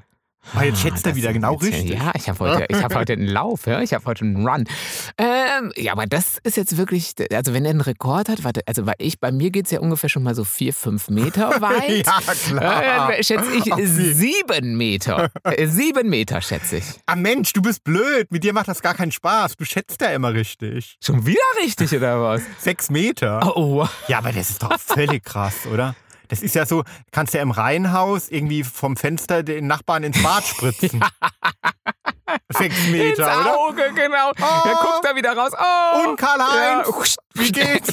Speaker 1: Ah, jetzt schätzt er
Speaker 2: das
Speaker 1: wieder
Speaker 2: ist
Speaker 1: genau
Speaker 2: jetzt-
Speaker 1: richtig.
Speaker 2: Ja, ich habe heute, ich hab heute einen Lauf, ja, ich habe heute einen Run. Ähm, ja, aber das ist jetzt wirklich, also wenn er einen Rekord hat, warte, also weil ich, bei mir geht es ja ungefähr schon mal so vier, fünf Meter weit.
Speaker 1: Ja,
Speaker 2: Äh,
Speaker 1: klar.
Speaker 2: dann schätze ich
Speaker 1: Ach, wie.
Speaker 2: sieben Meter. Äh, Sieben Meter schätze ich.
Speaker 1: Ah Mensch, du bist blöd. Mit dir macht das gar keinen Spaß. Du schätzt ja immer richtig.
Speaker 2: Schon wieder richtig oder was?
Speaker 1: Sechs Meter.
Speaker 2: Oh, oh.
Speaker 1: Ja, aber das ist doch völlig krass, oder? Das ist ja so, kannst ja im Reihenhaus irgendwie vom Fenster den Nachbarn ins Bad spritzen. Sechs
Speaker 2: ins
Speaker 1: Meter, oder? Oh.
Speaker 2: Auge, genau. Der guckt da wieder raus. Oh.
Speaker 1: Und Karl-Heinz,
Speaker 2: Ja.
Speaker 1: wie geht's?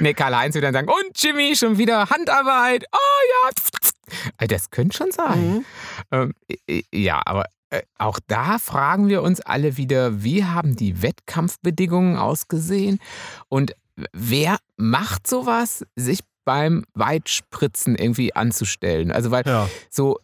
Speaker 2: nee, Karl-Heinz wird dann sagen, und Jimmy, schon wieder Handarbeit. Oh Ah, ja. Das könnte schon sein.
Speaker 1: Mhm.
Speaker 2: Ähm, äh, ja, aber äh, auch da fragen wir uns alle wieder, wie haben die Wettkampfbedingungen ausgesehen und wer macht sowas, sich beim Weitspritzen irgendwie anzustellen? Also, weil
Speaker 1: Ja.
Speaker 2: so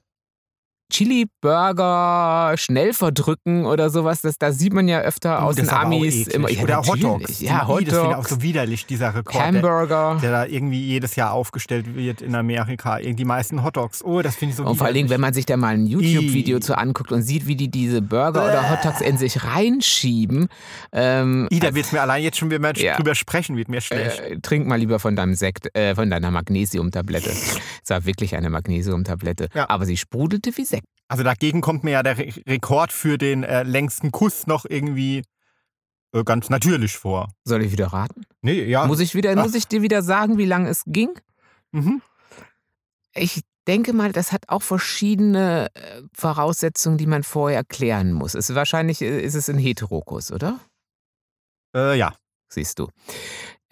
Speaker 2: Chili-Burger schnell verdrücken oder sowas, das, da sieht man ja öfter
Speaker 1: Das
Speaker 2: aus den
Speaker 1: ist aber auch
Speaker 2: Amis
Speaker 1: eklig.
Speaker 2: immer.
Speaker 1: Oder
Speaker 2: natürlich.
Speaker 1: Hotdogs. I, Das
Speaker 2: Ja,
Speaker 1: finde ich auch
Speaker 2: Hotdogs,
Speaker 1: so widerlich, dieser Rekord. Der,
Speaker 2: Hamburger.
Speaker 1: der da irgendwie jedes Jahr aufgestellt wird in Amerika. Die meisten Hotdogs. Oh, das finde ich so
Speaker 2: Und vor allen Dingen, wenn man sich da mal ein YouTube-Video
Speaker 1: Ih.
Speaker 2: zu anguckt und sieht, wie die diese Burger oder Hotdogs in sich reinschieben, ähm,
Speaker 1: I, da wird es mir allein jetzt schon, wenn wir
Speaker 2: Ja.
Speaker 1: drüber sprechen, wird mir schlecht.
Speaker 2: äh, trink mal lieber von deinem Sekt, äh, von deiner Magnesiumtablette. Es war wirklich eine Magnesiumtablette,
Speaker 1: Ja.
Speaker 2: aber sie sprudelte wie Sekt.
Speaker 1: Also dagegen kommt mir ja der Re Rekord für den äh, längsten Kuss noch irgendwie äh, ganz natürlich vor.
Speaker 2: Soll ich wieder raten?
Speaker 1: Nee, ja.
Speaker 2: Muss ich wieder,
Speaker 1: Ach.
Speaker 2: muss ich dir wieder sagen, wie lange es ging?
Speaker 1: mhm.
Speaker 2: Ich denke mal, das hat auch verschiedene äh, Voraussetzungen, die man vorher klären muss. Es, wahrscheinlich äh, ist es ein Heterokus, oder?
Speaker 1: äh, ja.
Speaker 2: Siehst du.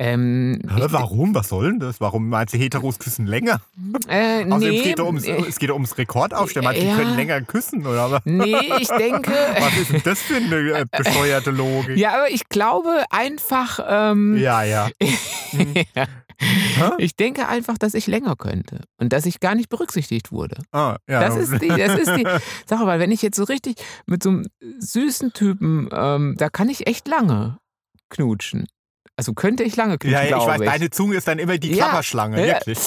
Speaker 2: Ähm,
Speaker 1: Hä, warum? Was soll denn das? Warum meinst du, Heteros küssen länger?
Speaker 2: äh,
Speaker 1: Außerdem
Speaker 2: nee,
Speaker 1: es geht doch ums,
Speaker 2: äh,
Speaker 1: es geht doch ums Rekordaufstellen. Meinst du, die
Speaker 2: Ja.
Speaker 1: können länger küssen, oder was?
Speaker 2: Nee, ich denke.
Speaker 1: Was ist denn das für eine äh, bescheuerte Logik?
Speaker 2: Ja, aber ich glaube einfach. Ähm,
Speaker 1: Ja, ja.
Speaker 2: ich denke einfach, dass ich länger könnte und dass ich gar nicht berücksichtigt wurde.
Speaker 1: Ah, ja.
Speaker 2: Das ist die, das ist die Sache, weil wenn ich jetzt so richtig mit so einem süßen Typen, ähm, da kann ich echt lange knutschen. Also könnte ich lange knutschen,
Speaker 1: ja, ja, ich
Speaker 2: glaube
Speaker 1: weiß, deine Zunge ist dann immer die
Speaker 2: Ja.
Speaker 1: Klapperschlange,
Speaker 2: Ja.
Speaker 1: wirklich.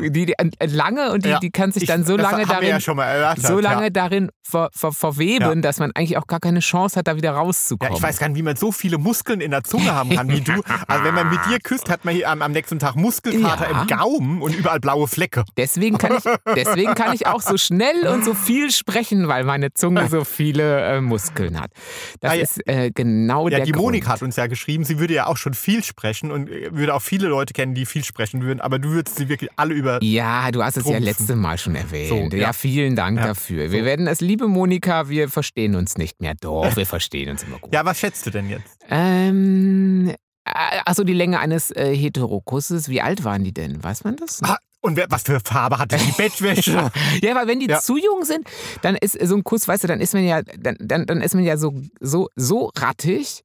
Speaker 2: Die, die äh, lange und die,
Speaker 1: Ja,
Speaker 2: die kann sich dann
Speaker 1: Ich-
Speaker 2: so
Speaker 1: das
Speaker 2: lange
Speaker 1: haben wir
Speaker 2: darin,
Speaker 1: ja schon mal erörtert,
Speaker 2: so lange darin ver, ver, verweben,
Speaker 1: Ja.
Speaker 2: dass man eigentlich auch gar keine Chance hat, da wieder
Speaker 1: Ja.
Speaker 2: rauszukommen.
Speaker 1: ja, ich weiß gar nicht, wie man so viele Muskeln in der Zunge haben kann wie du. Also wenn man mit dir küsst, hat man hier am, am nächsten Tag Muskelkater
Speaker 2: Ja.
Speaker 1: im Gaumen und überall blaue Flecke.
Speaker 2: Deswegen kann, ich, deswegen kann ich auch so schnell und so viel sprechen, weil meine Zunge so viele äh, Muskeln hat. Das
Speaker 1: Ah, ja.
Speaker 2: ist äh, genau
Speaker 1: Ja,
Speaker 2: der
Speaker 1: die
Speaker 2: Grund.
Speaker 1: Monika hat uns ja geschrieben, sie würde ja auch schon viel sprechen und äh, würde auch viele Leute kennen, die viel sprechen würden, aber du würdest sie wirklich alle über.
Speaker 2: Ja, du hast es ja
Speaker 1: Trumpfen.
Speaker 2: letzte Mal schon erwähnt.
Speaker 1: So,
Speaker 2: ja.
Speaker 1: ja.
Speaker 2: vielen Dank
Speaker 1: Ja,
Speaker 2: dafür. Wir werden es, liebe Monika, wir verstehen uns nicht mehr. Doch, wir verstehen uns immer gut.
Speaker 1: Ja, was schätzt du denn jetzt?
Speaker 2: Ähm, Achso, die Länge eines äh, Heterokusses. Wie alt waren die denn? Weiß man das?
Speaker 1: Ah, und wer, was für Farbe hatte die Bettwäsche?
Speaker 2: Ja, weil wenn die
Speaker 1: Ja.
Speaker 2: zu jung sind, dann ist so ein Kuss, weißt du, dann ist man ja, dann, dann, dann ist man ja so, so, so rattig,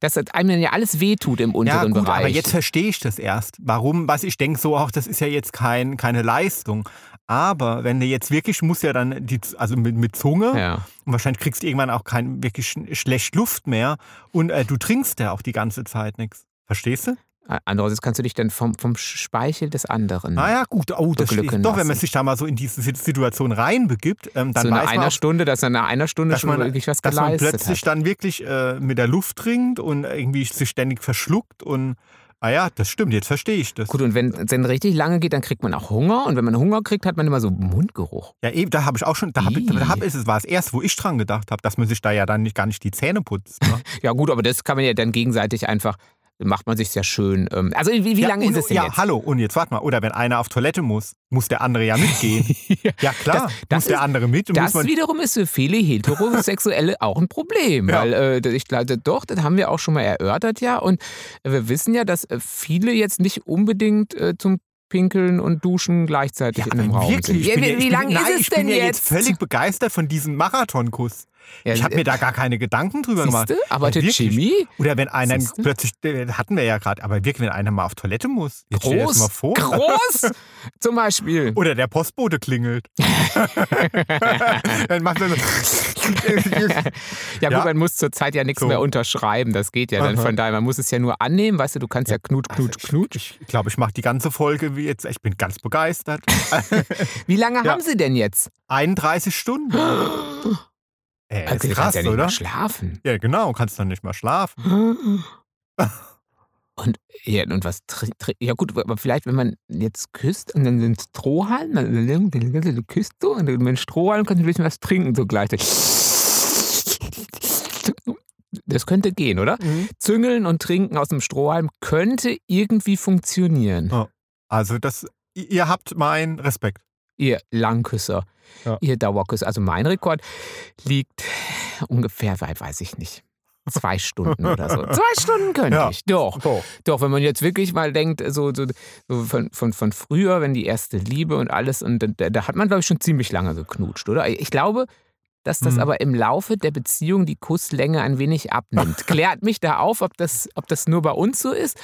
Speaker 2: dass das einem dann ja alles wehtut im
Speaker 1: Ja,
Speaker 2: unteren
Speaker 1: gut,
Speaker 2: Bereich.
Speaker 1: aber jetzt verstehe ich das erst. Warum? Was ich denke, so auch, das ist ja jetzt kein, keine Leistung. Aber wenn du jetzt wirklich, muss ja dann, die, also mit, mit Zunge,
Speaker 2: ja.
Speaker 1: und wahrscheinlich kriegst du irgendwann auch kein, wirklich sch- schlecht Luft mehr und äh, du trinkst ja auch die ganze Zeit nichts. Verstehst du?
Speaker 2: Hm. Andererseits kannst du dich dann vom, vom Speichel des anderen
Speaker 1: Ah ja, gut. Oh, das
Speaker 2: Beglücken
Speaker 1: steht. Doch, wenn man
Speaker 2: lassen.
Speaker 1: sich da mal so in diese Si- Situation reinbegibt, ähm, dann
Speaker 2: zu einer
Speaker 1: weiß man,
Speaker 2: einer
Speaker 1: auch,
Speaker 2: Stunde, dass er nach einer Stunde
Speaker 1: dass
Speaker 2: schon
Speaker 1: man,
Speaker 2: wirklich was
Speaker 1: dass man
Speaker 2: geleistet
Speaker 1: plötzlich
Speaker 2: hat.
Speaker 1: dann wirklich äh, mit der Luft trinkt und irgendwie sich ständig verschluckt und ah ja, das stimmt, jetzt verstehe ich das.
Speaker 2: Gut, und wenn es dann richtig lange geht, dann kriegt man auch Hunger. Und wenn man Hunger kriegt, hat man immer so Mundgeruch.
Speaker 1: Ja, eben, da habe ich auch schon, da, hab, ich-
Speaker 2: Ih.
Speaker 1: da hab, ist es, war es erst, wo ich dran gedacht habe, dass man sich da ja dann nicht, gar nicht die Zähne putzt. Ne?
Speaker 2: Ja, gut, aber das kann man ja dann gegenseitig einfach, macht man sich sehr schön. ähm, Also, wie, wie
Speaker 1: ja,
Speaker 2: lange
Speaker 1: und,
Speaker 2: ist es denn
Speaker 1: Ja,
Speaker 2: jetzt?
Speaker 1: hallo, und jetzt warte mal. Oder wenn einer auf Toilette muss, muss der andere ja mitgehen. ja, klar,
Speaker 2: das
Speaker 1: muss der
Speaker 2: ist-
Speaker 1: andere mit. und
Speaker 2: Das
Speaker 1: muss man,
Speaker 2: wiederum ist für viele Heterosexuelle auch ein Problem,
Speaker 1: Ja.
Speaker 2: weil äh, ich glaube, doch, das haben wir auch schon mal erörtert, ja. Und wir wissen ja, dass äh, viele jetzt nicht unbedingt äh, zum Pinkeln und Duschen gleichzeitig in einem
Speaker 1: aber
Speaker 2: Raum sind.
Speaker 1: wirklich, ich
Speaker 2: Ja,
Speaker 1: bin
Speaker 2: wie
Speaker 1: ja- ich
Speaker 2: wie
Speaker 1: bin-
Speaker 2: lange
Speaker 1: nein,
Speaker 2: ist es
Speaker 1: ich
Speaker 2: denn
Speaker 1: bin ja
Speaker 2: jetzt?
Speaker 1: völlig begeistert von diesem Marathonkuss.
Speaker 2: Ja, äh,
Speaker 1: ich habe mir da gar keine Gedanken drüber
Speaker 2: siehste,
Speaker 1: gemacht.
Speaker 2: aber der
Speaker 1: wirklich.
Speaker 2: Jimmy,
Speaker 1: Oder wenn einer
Speaker 2: Siehste?
Speaker 1: plötzlich, äh, hatten wir ja gerade, aber wirklich, wenn einer mal auf Toilette muss, jetzt stell dir das mal
Speaker 2: groß,
Speaker 1: vor.
Speaker 2: groß, zum Beispiel.
Speaker 1: Oder der Postbote klingelt. Dann macht er so.
Speaker 2: Ja, gut,
Speaker 1: Ja.
Speaker 2: man muss zurzeit ja nichts
Speaker 1: So.
Speaker 2: mehr unterschreiben, das geht ja dann
Speaker 1: Aha. Also
Speaker 2: von daher. Man muss es ja nur annehmen, weißt du, du kannst ja, knut, knut, knut.
Speaker 1: Ich glaube, ich mache die ganze Folge wie jetzt. Ich bin ganz begeistert.
Speaker 2: Wie lange
Speaker 1: Ja.
Speaker 2: haben sie denn jetzt?
Speaker 1: 31 Stunden. Äh,
Speaker 2: Also,
Speaker 1: ist
Speaker 2: du kannst
Speaker 1: krass,
Speaker 2: ja nicht
Speaker 1: oder?
Speaker 2: Mehr schlafen.
Speaker 1: Ja, genau. Kannst dann nicht mal schlafen.
Speaker 2: Und, ja, und was tri- tri- Ja, gut, aber vielleicht, wenn man jetzt küsst und dann den Strohhalm, dann- dann dann- dann- dann küsst du und dann mit dem Strohhalm kannst du ein bisschen was trinken zugleich. Das könnte gehen, oder? Züngeln und trinken aus dem Strohhalm könnte irgendwie funktionieren.
Speaker 1: Also, das, ihr habt meinen Respekt.
Speaker 2: Ihr Langküsser,
Speaker 1: Ja.
Speaker 2: ihr Dauerküsser. Also mein Rekord liegt ungefähr, weit weiß ich nicht. zwei Stunden oder so. Zwei Stunden könnte
Speaker 1: Ja.
Speaker 2: ich. Doch.
Speaker 1: So.
Speaker 2: Doch, wenn man jetzt wirklich mal denkt, so, so, so von, von, von früher, wenn die erste Liebe und alles, und da, da hat man, glaube ich, schon ziemlich lange geknutscht, oder? Ich glaube, dass das
Speaker 1: Hm.
Speaker 2: aber im Laufe der Beziehung die Kusslänge ein wenig abnimmt. Klärt mich da auf, ob das, ob das nur bei uns so ist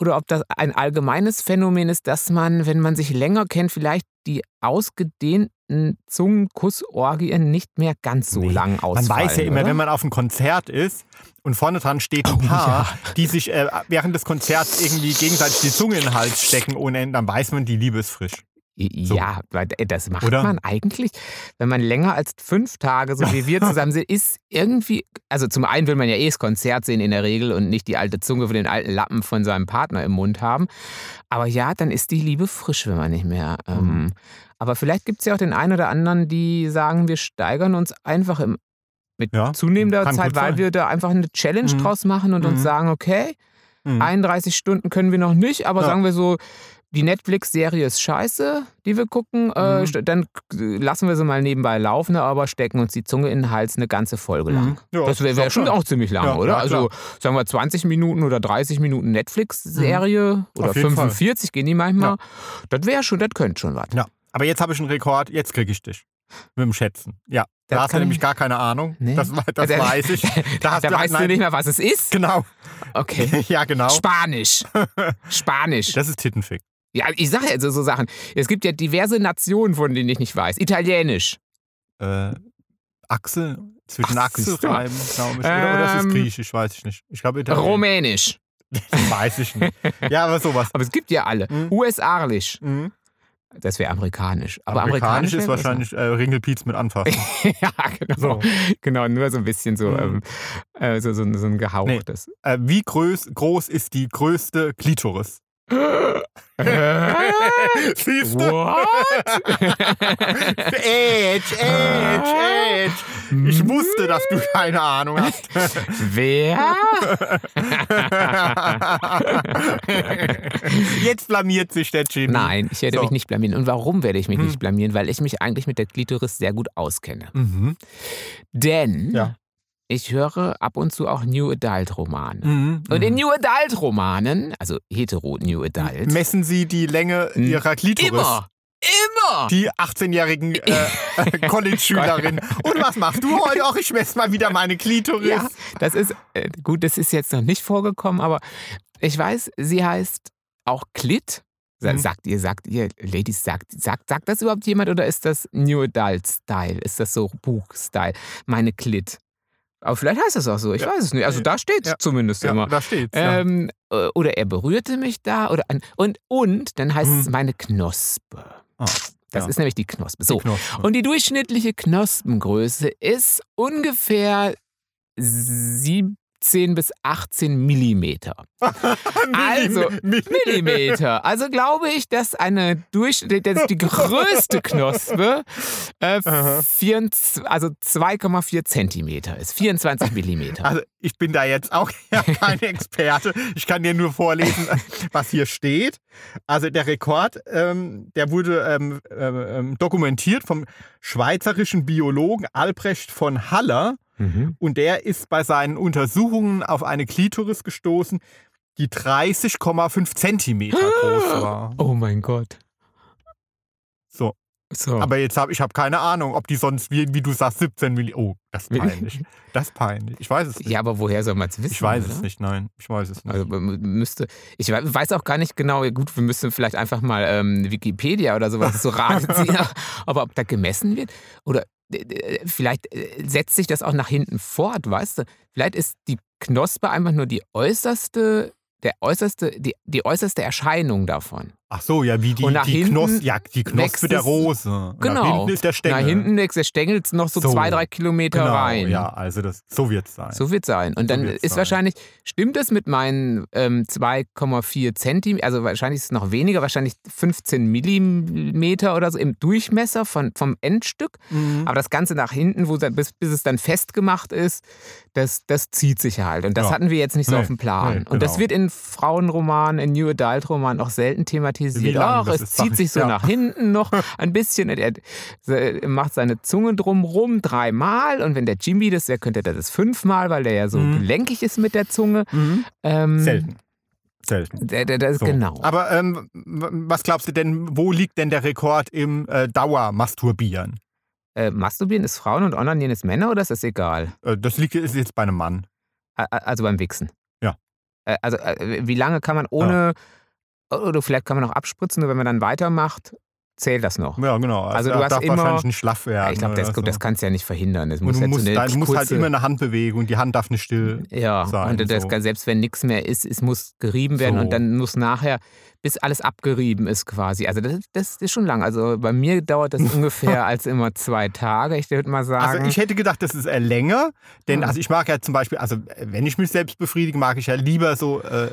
Speaker 2: oder ob das ein allgemeines Phänomen ist, dass man, wenn man sich länger kennt, vielleicht die ausgedehnten Zungenkussorgien nicht mehr ganz so
Speaker 1: Nee.
Speaker 2: lang ausfallen.
Speaker 1: Man weiß ja immer,
Speaker 2: oder? Oh
Speaker 1: wenn man auf einem Konzert ist und vorne dran steht ein Paar, die sich äh, während des Konzerts irgendwie gegenseitig die Zunge in den Hals stecken ohne Ende, dann weiß man, die Liebe ist frisch. So.
Speaker 2: Ja, weil, äh, das macht
Speaker 1: Oder?
Speaker 2: man eigentlich. Wenn man länger als fünf Tage, so wie wir zusammen sind, ist irgendwie, also zum einen will man ja eh das Konzert sehen in der Regel und nicht die alte Zunge von den alten Lappen von seinem Partner im Mund haben. Aber ja, dann ist die Liebe frisch, wenn man nicht mehr.
Speaker 1: Mhm.
Speaker 2: Ähm, aber vielleicht gibt es ja auch den einen oder anderen, die sagen, wir steigern uns einfach im, mit
Speaker 1: Ja,
Speaker 2: zunehmender
Speaker 1: kann
Speaker 2: Zeit,
Speaker 1: gut
Speaker 2: weil
Speaker 1: sein.
Speaker 2: wir da einfach eine Challenge
Speaker 1: Mhm.
Speaker 2: draus machen und uns
Speaker 1: Mhm.
Speaker 2: sagen, okay,
Speaker 1: Mhm.
Speaker 2: 31 Stunden können wir noch nicht, aber
Speaker 1: Ja.
Speaker 2: sagen wir so, die Netflix-Serie ist scheiße, die wir gucken. Äh,
Speaker 1: Mhm.
Speaker 2: st- dann k- lassen wir sie mal nebenbei laufen, aber stecken uns die Zunge in den Hals eine ganze Folge lang.
Speaker 1: Mhm. Ja,
Speaker 2: das wäre
Speaker 1: ist
Speaker 2: wär
Speaker 1: doch
Speaker 2: schon
Speaker 1: klar.
Speaker 2: auch ziemlich lang,
Speaker 1: Ja,
Speaker 2: oder?
Speaker 1: ja,
Speaker 2: also sagen wir 20 Minuten oder 30 Minuten Netflix-Serie oder
Speaker 1: Mhm. Auf jeden
Speaker 2: 45 gehen die manchmal. Das wäre schon, das könnte schon was.
Speaker 1: Ja, aber jetzt habe ich einen Rekord, jetzt kriege ich dich. Mit dem Schätzen. Ja.
Speaker 2: Das
Speaker 1: Da hast du
Speaker 2: kann-
Speaker 1: nämlich gar keine Ahnung.
Speaker 2: Nee.
Speaker 1: Das, we- das
Speaker 2: Da-
Speaker 1: weiß ich. Da, hast
Speaker 2: da weißt du
Speaker 1: nein,
Speaker 2: nicht mehr, was es ist?
Speaker 1: Genau.
Speaker 2: Okay.
Speaker 1: Ja, genau.
Speaker 2: Spanisch. Spanisch.
Speaker 1: Das ist Tittenfick.
Speaker 2: Ja, ich sage ja so, so Sachen. Es gibt ja diverse Nationen, von denen ich nicht weiß. Italienisch.
Speaker 1: Äh, Achsel, zwischen
Speaker 2: Ach,
Speaker 1: Achsel
Speaker 2: siehst du.
Speaker 1: reiben, glaube ich. Oder, oder ist
Speaker 2: Ähm,
Speaker 1: es griechisch, weiß ich nicht. Ich glaube, Italienisch.
Speaker 2: Rumänisch.
Speaker 1: Das weiß ich nicht. Ja, aber sowas.
Speaker 2: Aber es gibt ja alle.
Speaker 1: Mhm.
Speaker 2: USAlisch.
Speaker 1: Mhm.
Speaker 2: Das wäre amerikanisch. Aber
Speaker 1: Amerikanisch,
Speaker 2: amerikanisch,
Speaker 1: ist
Speaker 2: wär-
Speaker 1: wahrscheinlich äh, Ringelpiez mit Anfassen.
Speaker 2: ja, genau.
Speaker 1: So.
Speaker 2: Genau, nur so ein bisschen so, ähm,
Speaker 1: Mhm.
Speaker 2: äh, so, so, so ein gehauchtes.
Speaker 1: äh, wie groß, groß ist die größte Klitoris? Siehst
Speaker 2: What?
Speaker 1: Edge, Edge, Edge. Ich wusste, dass du keine Ahnung hast.
Speaker 2: Wer?
Speaker 1: Jetzt blamiert sich der Jimmy.
Speaker 2: Nein, ich werde
Speaker 1: So.
Speaker 2: mich nicht blamieren. Und warum werde ich mich
Speaker 1: Hm.
Speaker 2: nicht blamieren? Weil ich mich eigentlich mit der Klitoris sehr gut auskenne.
Speaker 1: Mhm.
Speaker 2: Denn
Speaker 1: Ja.
Speaker 2: ich höre ab und zu auch New Adult Romane.
Speaker 1: Mhm.
Speaker 2: Und in
Speaker 1: Mhm.
Speaker 2: New Adult Romanen, also hetero New Adult,
Speaker 1: Messen Sie die Länge
Speaker 2: Mhm.
Speaker 1: Ihrer Klitoris.
Speaker 2: immer, immer.
Speaker 1: Die 18-jährigen äh, College-Schülerin. Und was machst du heute? Auch ich messe mal wieder meine Klitoris.
Speaker 2: Ja, das ist äh, gut, das ist jetzt noch nicht vorgekommen, aber ich weiß, sie heißt auch Clit. Sa-
Speaker 1: Mhm.
Speaker 2: Sagt ihr, sagt ihr, Ladies, sagt, sagt, sagt das überhaupt jemand oder ist das New Adult Style? Ist das so Buch-Style? Meine Clit. Aber vielleicht heißt das auch so, ich weiß es nicht. Also da steht
Speaker 1: Ja.
Speaker 2: zumindest
Speaker 1: Ja,
Speaker 2: immer.
Speaker 1: da steht's. ja.
Speaker 2: Ähm, äh, oder er berührte mich da oder an, und, und dann heißt es
Speaker 1: Mhm.
Speaker 2: meine Knospe.
Speaker 1: Ah,
Speaker 2: Das
Speaker 1: ja.
Speaker 2: ist nämlich die Knospe. So.
Speaker 1: Knospe.
Speaker 2: Und die durchschnittliche Knospengröße ist ungefähr 17 bis 18 Millimeter. also- Millimeter. Also glaube ich, dass eine durch, dass die größte Knospe äh,
Speaker 1: Aha.
Speaker 2: 24, also 2,4 Zentimeter ist. 24 Millimeter.
Speaker 1: Also ich bin da jetzt auch ja, kein Experte. Ich kann dir nur vorlesen, was hier steht. Also der Rekord, ähm, der wurde ähm, ähm, dokumentiert vom schweizerischen Biologen Albrecht von Haller
Speaker 2: Mhm.
Speaker 1: und der ist bei seinen Untersuchungen auf eine Klitoris gestoßen, die 30,5 Zentimeter groß war.
Speaker 2: Oh mein Gott.
Speaker 1: So,
Speaker 2: So.
Speaker 1: aber jetzt habe ich habe keine Ahnung, ob die sonst wie, wie du sagst 17 Milli. Oh, das ist peinlich. Das ist peinlich. Ich weiß es nicht.
Speaker 2: ja, aber woher soll man es wissen?
Speaker 1: Ich weiß es
Speaker 2: oder?
Speaker 1: nicht, nein. Ich weiß es nicht.
Speaker 2: Also man mü- müsste, ich we- weiß auch gar nicht genau, gut, wir müssen vielleicht einfach mal ähm, Wikipedia oder sowas zu Rate ziehen, aber ob da gemessen wird oder d- d- vielleicht äh, setzt sich das auch nach hinten fort, weißt du? Vielleicht ist die Knospe einfach nur die äußerste, der äußerste, die, die äußerste Erscheinung davon.
Speaker 1: Ach so, ja, wie die,
Speaker 2: Und nach
Speaker 1: die, Knos
Speaker 2: hinten
Speaker 1: ja, die
Speaker 2: wächst
Speaker 1: Knospe der
Speaker 2: es-
Speaker 1: Rose. Und
Speaker 2: Genau.
Speaker 1: Nach hinten ist der Stängel.
Speaker 2: Na, hinten wächst der Stängel noch so,
Speaker 1: So.
Speaker 2: zwei, drei Kilometer
Speaker 1: genau,
Speaker 2: rein.
Speaker 1: Ja, also das, so wird es sein.
Speaker 2: So wird sein.
Speaker 1: So
Speaker 2: Und dann
Speaker 1: wird's
Speaker 2: ist
Speaker 1: sein.
Speaker 2: wahrscheinlich, stimmt es mit meinen ähm, 2,4 Zentimeter, also wahrscheinlich ist es noch weniger, wahrscheinlich 15 Millimeter oder so im Durchmesser von, vom Endstück.
Speaker 1: Mhm.
Speaker 2: Aber das Ganze nach hinten, wo, dann- bis, bis es dann festgemacht ist, das, das zieht sich halt. Und das
Speaker 1: Ja.
Speaker 2: hatten wir jetzt nicht so
Speaker 1: Nee,
Speaker 2: auf dem Plan.
Speaker 1: nee,
Speaker 2: Und das
Speaker 1: genau.
Speaker 2: wird in Frauenromanen, in New Adult Romanen auch selten thematisiert.
Speaker 1: Wie lang?
Speaker 2: Ach,
Speaker 1: Das
Speaker 2: es
Speaker 1: ist
Speaker 2: zieht
Speaker 1: doch-
Speaker 2: sich so
Speaker 1: ja.
Speaker 2: nach hinten noch ein bisschen. Er, er macht seine Zunge drumrum dreimal. Und wenn der Jimmy das wäre, könnte er das fünfmal, weil der ja so
Speaker 1: Mhm.
Speaker 2: gelenkig ist mit der Zunge.
Speaker 1: Mhm.
Speaker 2: Ähm,
Speaker 1: Selten. Selten.
Speaker 2: Der, der, der,
Speaker 1: So.
Speaker 2: Genau.
Speaker 1: Aber ähm, w- was glaubst du denn, wo liegt denn der Rekord im äh, Dauermasturbieren?
Speaker 2: Äh, Masturbieren ist Frauen und Onanieren ist Männer oder ist das egal?
Speaker 1: Äh, das liegt ist jetzt bei einem Mann.
Speaker 2: A- a- Also beim Wichsen.
Speaker 1: Ja.
Speaker 2: Äh, Also äh, wie lange kann man ohne, oder vielleicht kann man noch abspritzen, nur wenn man dann weitermacht, zählt das noch.
Speaker 1: Ja, genau.
Speaker 2: Also du hast
Speaker 1: darf
Speaker 2: immer-
Speaker 1: wahrscheinlich nicht schlaff werden.
Speaker 2: ich glaube, das,
Speaker 1: oder so.
Speaker 2: das kannst du ja nicht verhindern. Das muss
Speaker 1: Und du
Speaker 2: ja
Speaker 1: musst,
Speaker 2: so eine
Speaker 1: da- du musst halt
Speaker 2: kurze-
Speaker 1: immer eine Hand bewegen und die Hand darf nicht still.
Speaker 2: ja,
Speaker 1: sein,
Speaker 2: und das, äh,
Speaker 1: so.
Speaker 2: selbst wenn nichts mehr ist, es muss gerieben werden
Speaker 1: So.
Speaker 2: und dann muss nachher, bis alles abgerieben ist quasi. Also das, das ist schon lang. Also bei mir dauert das ungefähr als immer zwei Tage, ich würde mal sagen.
Speaker 1: Also ich hätte gedacht, das ist eher länger, denn
Speaker 2: Hm.
Speaker 1: also ich mag ja zum Beispiel, also äh, wenn ich mich selbst befriedige, mag ich ja lieber so äh,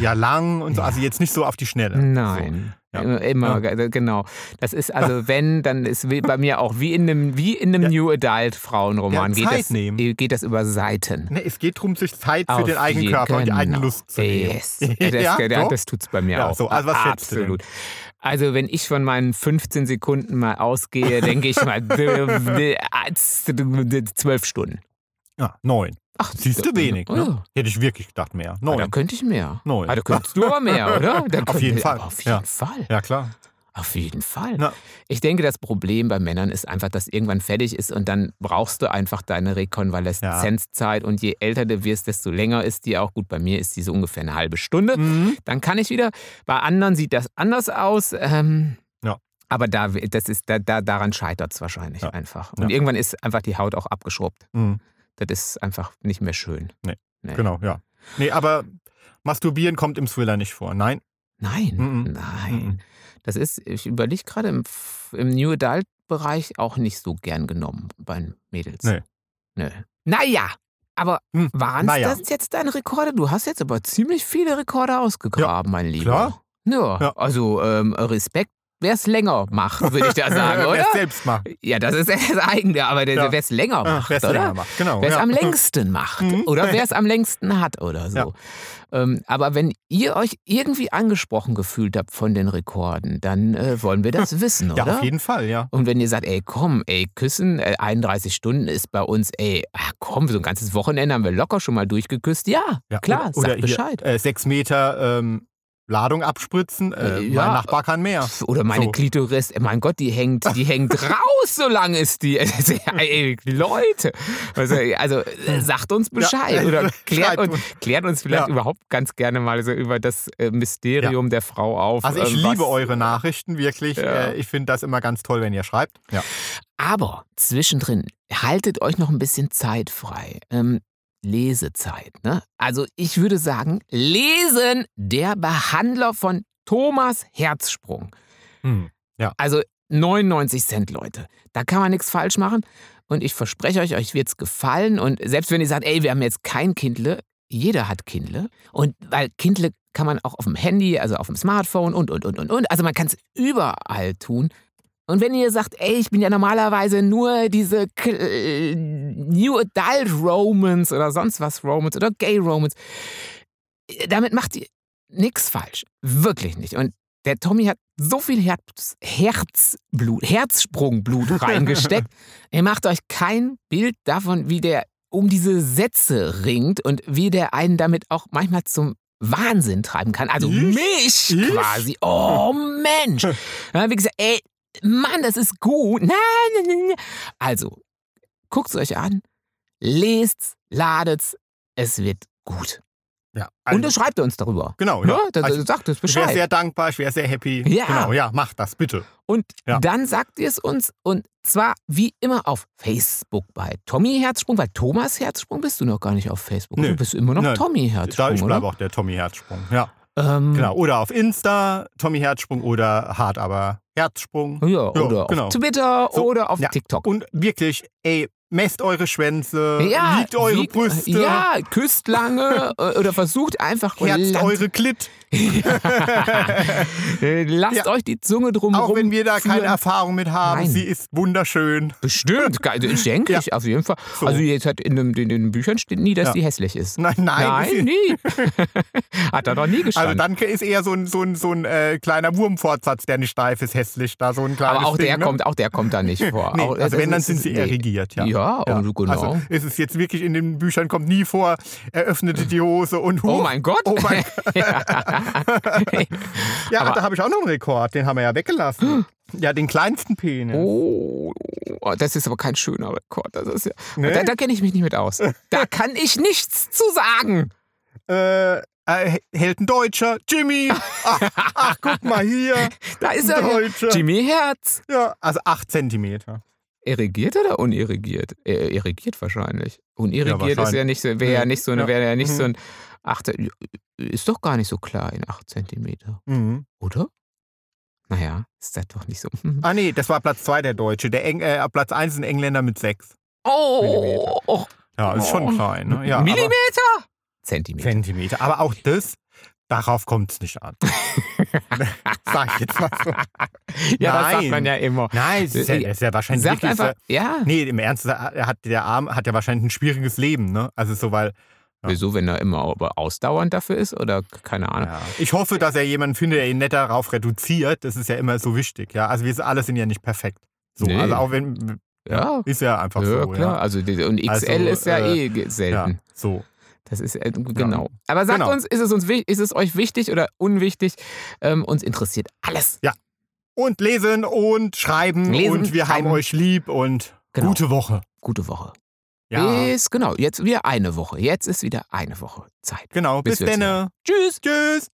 Speaker 1: ja lang und so, also jetzt nicht so auf die Schnelle.
Speaker 2: Nein.
Speaker 1: Ja.
Speaker 2: Immer, immer ge- genau. Das ist also, wenn, dann ist wie bei mir auch wie in einem, wie in einem New Adult Frauenroman.
Speaker 1: Ja,
Speaker 2: geht,
Speaker 1: Zeit
Speaker 2: das,
Speaker 1: nehmen.
Speaker 2: äh, geht das über Seiten.
Speaker 1: So. Nee, es geht darum, sich Zeit für
Speaker 2: Auf
Speaker 1: den eigenen
Speaker 2: jeden-
Speaker 1: Körper und die eigene
Speaker 2: genau.
Speaker 1: Lust zu nehmen.
Speaker 2: Yes. Das, ja,
Speaker 1: so?
Speaker 2: das tut's bei mir
Speaker 1: Ja,
Speaker 2: auch.
Speaker 1: so, also was schätzt du denn?
Speaker 2: Absolut. Also, wenn ich von meinen 15 Sekunden mal ausgehe, denke ich mal äh, zwölf Stunden.
Speaker 1: ja, neun.
Speaker 2: Ach,
Speaker 1: Siehst du wenig, ne? Hätte ich wirklich gedacht mehr.
Speaker 2: Oh, da
Speaker 1: Neun.
Speaker 2: könnte ich mehr.
Speaker 1: Neun.
Speaker 2: Ah, da könntest du aber mehr, oder? Da
Speaker 1: Auf jeden
Speaker 2: könnte-
Speaker 1: Fall.
Speaker 2: aber Auf jeden
Speaker 1: Ja.
Speaker 2: Fall.
Speaker 1: Ja, klar.
Speaker 2: Auf jeden Fall.
Speaker 1: Ja.
Speaker 2: Ich denke, das Problem bei Männern ist einfach, dass irgendwann fertig ist und dann brauchst du einfach deine Rekonvaleszenzzeit. Und je älter du wirst, desto länger ist die auch. Gut, bei mir ist die so ungefähr eine halbe Stunde.
Speaker 1: Mhm.
Speaker 2: Dann kann ich wieder. Bei anderen sieht das anders aus. Ähm,
Speaker 1: Ja.
Speaker 2: Aber da, das ist, da, da, daran scheitert es wahrscheinlich
Speaker 1: Ja.
Speaker 2: einfach. Und
Speaker 1: Ja.
Speaker 2: irgendwann ist einfach die Haut auch abgeschrubbt.
Speaker 1: Mhm.
Speaker 2: Das ist einfach nicht mehr schön.
Speaker 1: Genau, ja. Nee, aber masturbieren kommt im Thriller nicht vor. Nein.
Speaker 2: Nein,
Speaker 1: Mhm.
Speaker 2: nein.
Speaker 1: Mhm.
Speaker 2: Das ist, ich überlege gerade im, F- im New Adult-Bereich auch nicht so gern genommen bei Mädels.
Speaker 1: Nee.
Speaker 2: Nö. Naja, aber
Speaker 1: Hm,
Speaker 2: waren
Speaker 1: naja.
Speaker 2: das jetzt deine Rekorde? Du hast jetzt aber ziemlich viele Rekorde ausgegraben, mein Lieber.
Speaker 1: klar.
Speaker 2: Ja,
Speaker 1: Ja.
Speaker 2: also ähm, Respekt, wer es länger macht, würde ich da sagen,
Speaker 1: Wer's
Speaker 2: oder?
Speaker 1: selbst machen.
Speaker 2: Ja, das ist das eigene, aber der,
Speaker 1: Ja.
Speaker 2: wer es länger
Speaker 1: Ah,
Speaker 2: macht,
Speaker 1: wer's
Speaker 2: oder?
Speaker 1: länger macht. Genau.
Speaker 2: Wer es
Speaker 1: ja.
Speaker 2: am längsten macht
Speaker 1: Mhm.
Speaker 2: oder wer es am längsten hat oder so.
Speaker 1: Ja.
Speaker 2: Ähm, aber wenn ihr euch irgendwie angesprochen gefühlt habt von den Rekorden, dann äh, wollen wir das wissen,
Speaker 1: Ja,
Speaker 2: oder?
Speaker 1: auf jeden Fall, ja.
Speaker 2: und wenn ihr sagt, ey, komm, ey, küssen, äh, 31 Stunden ist bei uns, ey, ach komm, so ein ganzes Wochenende haben wir locker schon mal durchgeküsst. Ja,
Speaker 1: Ja,
Speaker 2: klar,
Speaker 1: oder
Speaker 2: sagt
Speaker 1: hier,
Speaker 2: Bescheid.
Speaker 1: äh, sechs Meter ähm, Ladung abspritzen, äh,
Speaker 2: Äh, ja.
Speaker 1: mein Nachbar kann mehr.
Speaker 2: Pff, Oder meine
Speaker 1: So.
Speaker 2: Klitoris, ey, mein Gott, die hängt, die hängt raus, so lang ist die. Ey, Leute, also, also äh, sagt uns
Speaker 1: Ja.
Speaker 2: Bescheid oder klärt,
Speaker 1: Schreibt
Speaker 2: uns,
Speaker 1: uns.
Speaker 2: klärt uns vielleicht
Speaker 1: Ja.
Speaker 2: überhaupt ganz gerne mal so über das äh, Mysterium der Frau auf.
Speaker 1: Also ich
Speaker 2: ähm, was-
Speaker 1: liebe eure Nachrichten wirklich.
Speaker 2: Ja.
Speaker 1: Äh, ich finde das immer ganz toll, wenn ihr schreibt. Ja.
Speaker 2: Aber zwischendrin haltet euch noch ein bisschen Zeit frei. Ähm, Lesezeit. Ne? Also ich würde sagen, lesen der Behandler von Thomas Herzsprung.
Speaker 1: Hm.
Speaker 2: Also 99 Cent, Leute. Da kann man nichts falsch machen. Und ich verspreche euch, euch wird's gefallen. Und selbst wenn ihr sagt, ey, wir haben jetzt kein Kindle, jeder hat Kindle. Und weil Kindle kann man auch auf dem Handy, also auf dem Smartphone und, und, und, und, und. Also man kann's überall tun. Und wenn ihr sagt, ey, ich bin ja normalerweise nur diese K äh, New Adult Romans oder sonst was Romans oder Gay Romans, äh, damit macht ihr nichts falsch. Wirklich nicht. Und der Tommy hat so viel Herz, Herzblut, Herzsprungblut reingesteckt. ihr macht euch kein Bild davon, wie der um diese Sätze ringt und wie der einen damit auch manchmal zum Wahnsinn treiben kann. Also
Speaker 1: Ich?
Speaker 2: mich
Speaker 1: Ich?
Speaker 2: quasi. Oh Mensch. Ja, wie gesagt, ey, Mann, das ist gut. Nein, nein, nein, nein. Also, guckt's euch an, lest's, ladet's, es wird gut.
Speaker 1: Ja.
Speaker 2: Und dann
Speaker 1: Also,
Speaker 2: schreibt ihr uns darüber.
Speaker 1: genau,
Speaker 2: Ne?
Speaker 1: ja.
Speaker 2: Da,
Speaker 1: Also,
Speaker 2: da, sagt uns
Speaker 1: ich wäre
Speaker 2: Bescheid.
Speaker 1: sehr dankbar, ich wäre sehr happy.
Speaker 2: Ja.
Speaker 1: Genau, ja, macht das bitte.
Speaker 2: Und
Speaker 1: Ja.
Speaker 2: dann sagt ihr es uns und zwar wie immer auf Facebook bei Tommy Herzsprung, weil Thomas Herzsprung bist du noch gar nicht auf Facebook.
Speaker 1: Nö.
Speaker 2: Du bist immer noch
Speaker 1: Nö.
Speaker 2: Tommy
Speaker 1: da,
Speaker 2: Herzsprung,
Speaker 1: ich bleibe
Speaker 2: oder?
Speaker 1: auch der Tommy Herzsprung. Ja,
Speaker 2: Ähm,
Speaker 1: genau. Oder auf Insta, Tommy Herzsprung oder hart aber Herzsprung.
Speaker 2: Ja, oder
Speaker 1: genau.
Speaker 2: auf Twitter
Speaker 1: So,
Speaker 2: oder auf
Speaker 1: ja.
Speaker 2: TikTok.
Speaker 1: Und wirklich, ey, messt eure Schwänze,
Speaker 2: Ja,
Speaker 1: wiegt äh, eure
Speaker 2: wiegt-
Speaker 1: Brüste,
Speaker 2: Ja, küsst lange äh, oder versucht einfach
Speaker 1: herzt
Speaker 2: lasst,
Speaker 1: eure Klit.
Speaker 2: äh, lasst
Speaker 1: Ja.
Speaker 2: euch die Zunge drum
Speaker 1: Auch wenn wir da keine
Speaker 2: rumführen.
Speaker 1: Erfahrung mit haben,
Speaker 2: Nein.
Speaker 1: sie ist wunderschön.
Speaker 2: Bestimmt, ge- also, denke ich auf jeden Fall. Also jetzt hat in, dem, in den Büchern steht nie, dass die hässlich ist.
Speaker 1: Nein, nein.
Speaker 2: Nein, nie. hat er doch nie
Speaker 1: Also
Speaker 2: gestanden.
Speaker 1: dann ist eher so ein, so ein, so ein äh, kleiner Wurmfortsatz, der nicht steif ist, hässlich. Da so ein kleines
Speaker 2: aber auch
Speaker 1: Ding,
Speaker 2: der
Speaker 1: ne?
Speaker 2: kommt, auch der kommt da nicht vor.
Speaker 1: Nee,
Speaker 2: Auch-
Speaker 1: also wenn,
Speaker 2: das
Speaker 1: dann sind
Speaker 2: ist-
Speaker 1: sie
Speaker 2: nee.
Speaker 1: erregiert. Ja,
Speaker 2: Ja,
Speaker 1: Ja.
Speaker 2: und genau.
Speaker 1: Also ist es jetzt wirklich in den Büchern, kommt nie vor, er öffnete die Hose und
Speaker 2: Oh
Speaker 1: huch,
Speaker 2: mein Gott.
Speaker 1: Oh mein Gott. ja, da habe ich auch noch einen Rekord, den haben wir ja weggelassen. Ja, den kleinsten Penis.
Speaker 2: Oh, das ist aber kein schöner Rekord. Das ist ja,
Speaker 1: Nee?
Speaker 2: Da, da kenne ich mich nicht mit aus. Da kann ich nichts zu sagen.
Speaker 1: Äh, äh, hält ein Deutscher, Jimmy. Ach, ach guck mal hier.
Speaker 2: Da ist er.
Speaker 1: Deutscher.
Speaker 2: Jimmy Herz.
Speaker 1: Ja, also 8 Zentimeter.
Speaker 2: Erregiert oder unerregiert? Äh, erregiert wahrscheinlich. Unerregiert ist ja nicht, wäre ja
Speaker 1: Mhm.
Speaker 2: nicht so, eine-
Speaker 1: Ja.
Speaker 2: wäre ja nicht
Speaker 1: Mhm.
Speaker 2: so ein. Ach, der- ist doch gar nicht so klein, 8 Zentimeter,
Speaker 1: Mhm.
Speaker 2: oder? Naja, ist das doch nicht so. Mhm.
Speaker 1: Ah nee, das war Platz 2 der Deutsche. Der Eng äh, Platz 1 ein Engländer mit 6.
Speaker 2: Oh, oh
Speaker 1: Ja, ist schon
Speaker 2: Oh.
Speaker 1: klein. Ne? Ja, aber-
Speaker 2: Millimeter? Zentimeter.
Speaker 1: Zentimeter. Aber auch das, darauf kommt es nicht an. Sag ich jetzt mal so.
Speaker 2: Ja, das sagt
Speaker 1: Nein.
Speaker 2: man ja immer.
Speaker 1: Nein, es ist ja,
Speaker 2: Äh,
Speaker 1: es ist ja wahrscheinlich
Speaker 2: Sagt
Speaker 1: wirklich
Speaker 2: einfach, ja.
Speaker 1: sehr- Nee, im Ernst, er hat der Arm hat ja wahrscheinlich ein schwieriges Leben, ne? Also so, weil. Ja.
Speaker 2: Wieso, wenn er immer aber ausdauernd dafür ist oder keine Ahnung.
Speaker 1: Ja. Ich hoffe, dass er jemanden findet, der ihn nicht darauf reduziert. Das ist ja immer so wichtig, ja. Also wir sind- alle sind ja nicht perfekt. So,
Speaker 2: Nee.
Speaker 1: also auch wenn.
Speaker 2: Ja,
Speaker 1: Ist ja einfach
Speaker 2: ja,
Speaker 1: so,
Speaker 2: klar.
Speaker 1: ja.
Speaker 2: Also, die- und XL
Speaker 1: Also,
Speaker 2: ist ja
Speaker 1: äh,
Speaker 2: eh ge-
Speaker 1: Ja,
Speaker 2: selten.
Speaker 1: so.
Speaker 2: Das ist äh, genau. Aber sagt
Speaker 1: Genau.
Speaker 2: uns, ist es uns wich- ist es euch wichtig oder unwichtig? Ähm, uns interessiert alles.
Speaker 1: Und lesen und schreiben
Speaker 2: Lesen,
Speaker 1: und wir
Speaker 2: schreiben.
Speaker 1: haben euch lieb und
Speaker 2: Genau.
Speaker 1: gute Woche.
Speaker 2: Gute Woche.
Speaker 1: Ja,
Speaker 2: Bis genau. Jetzt wieder eine Woche. Jetzt ist wieder eine Woche Zeit.
Speaker 1: genau.
Speaker 2: bis
Speaker 1: Bis,
Speaker 2: wir uns
Speaker 1: dann.
Speaker 2: Tschüss.
Speaker 1: Tschüss.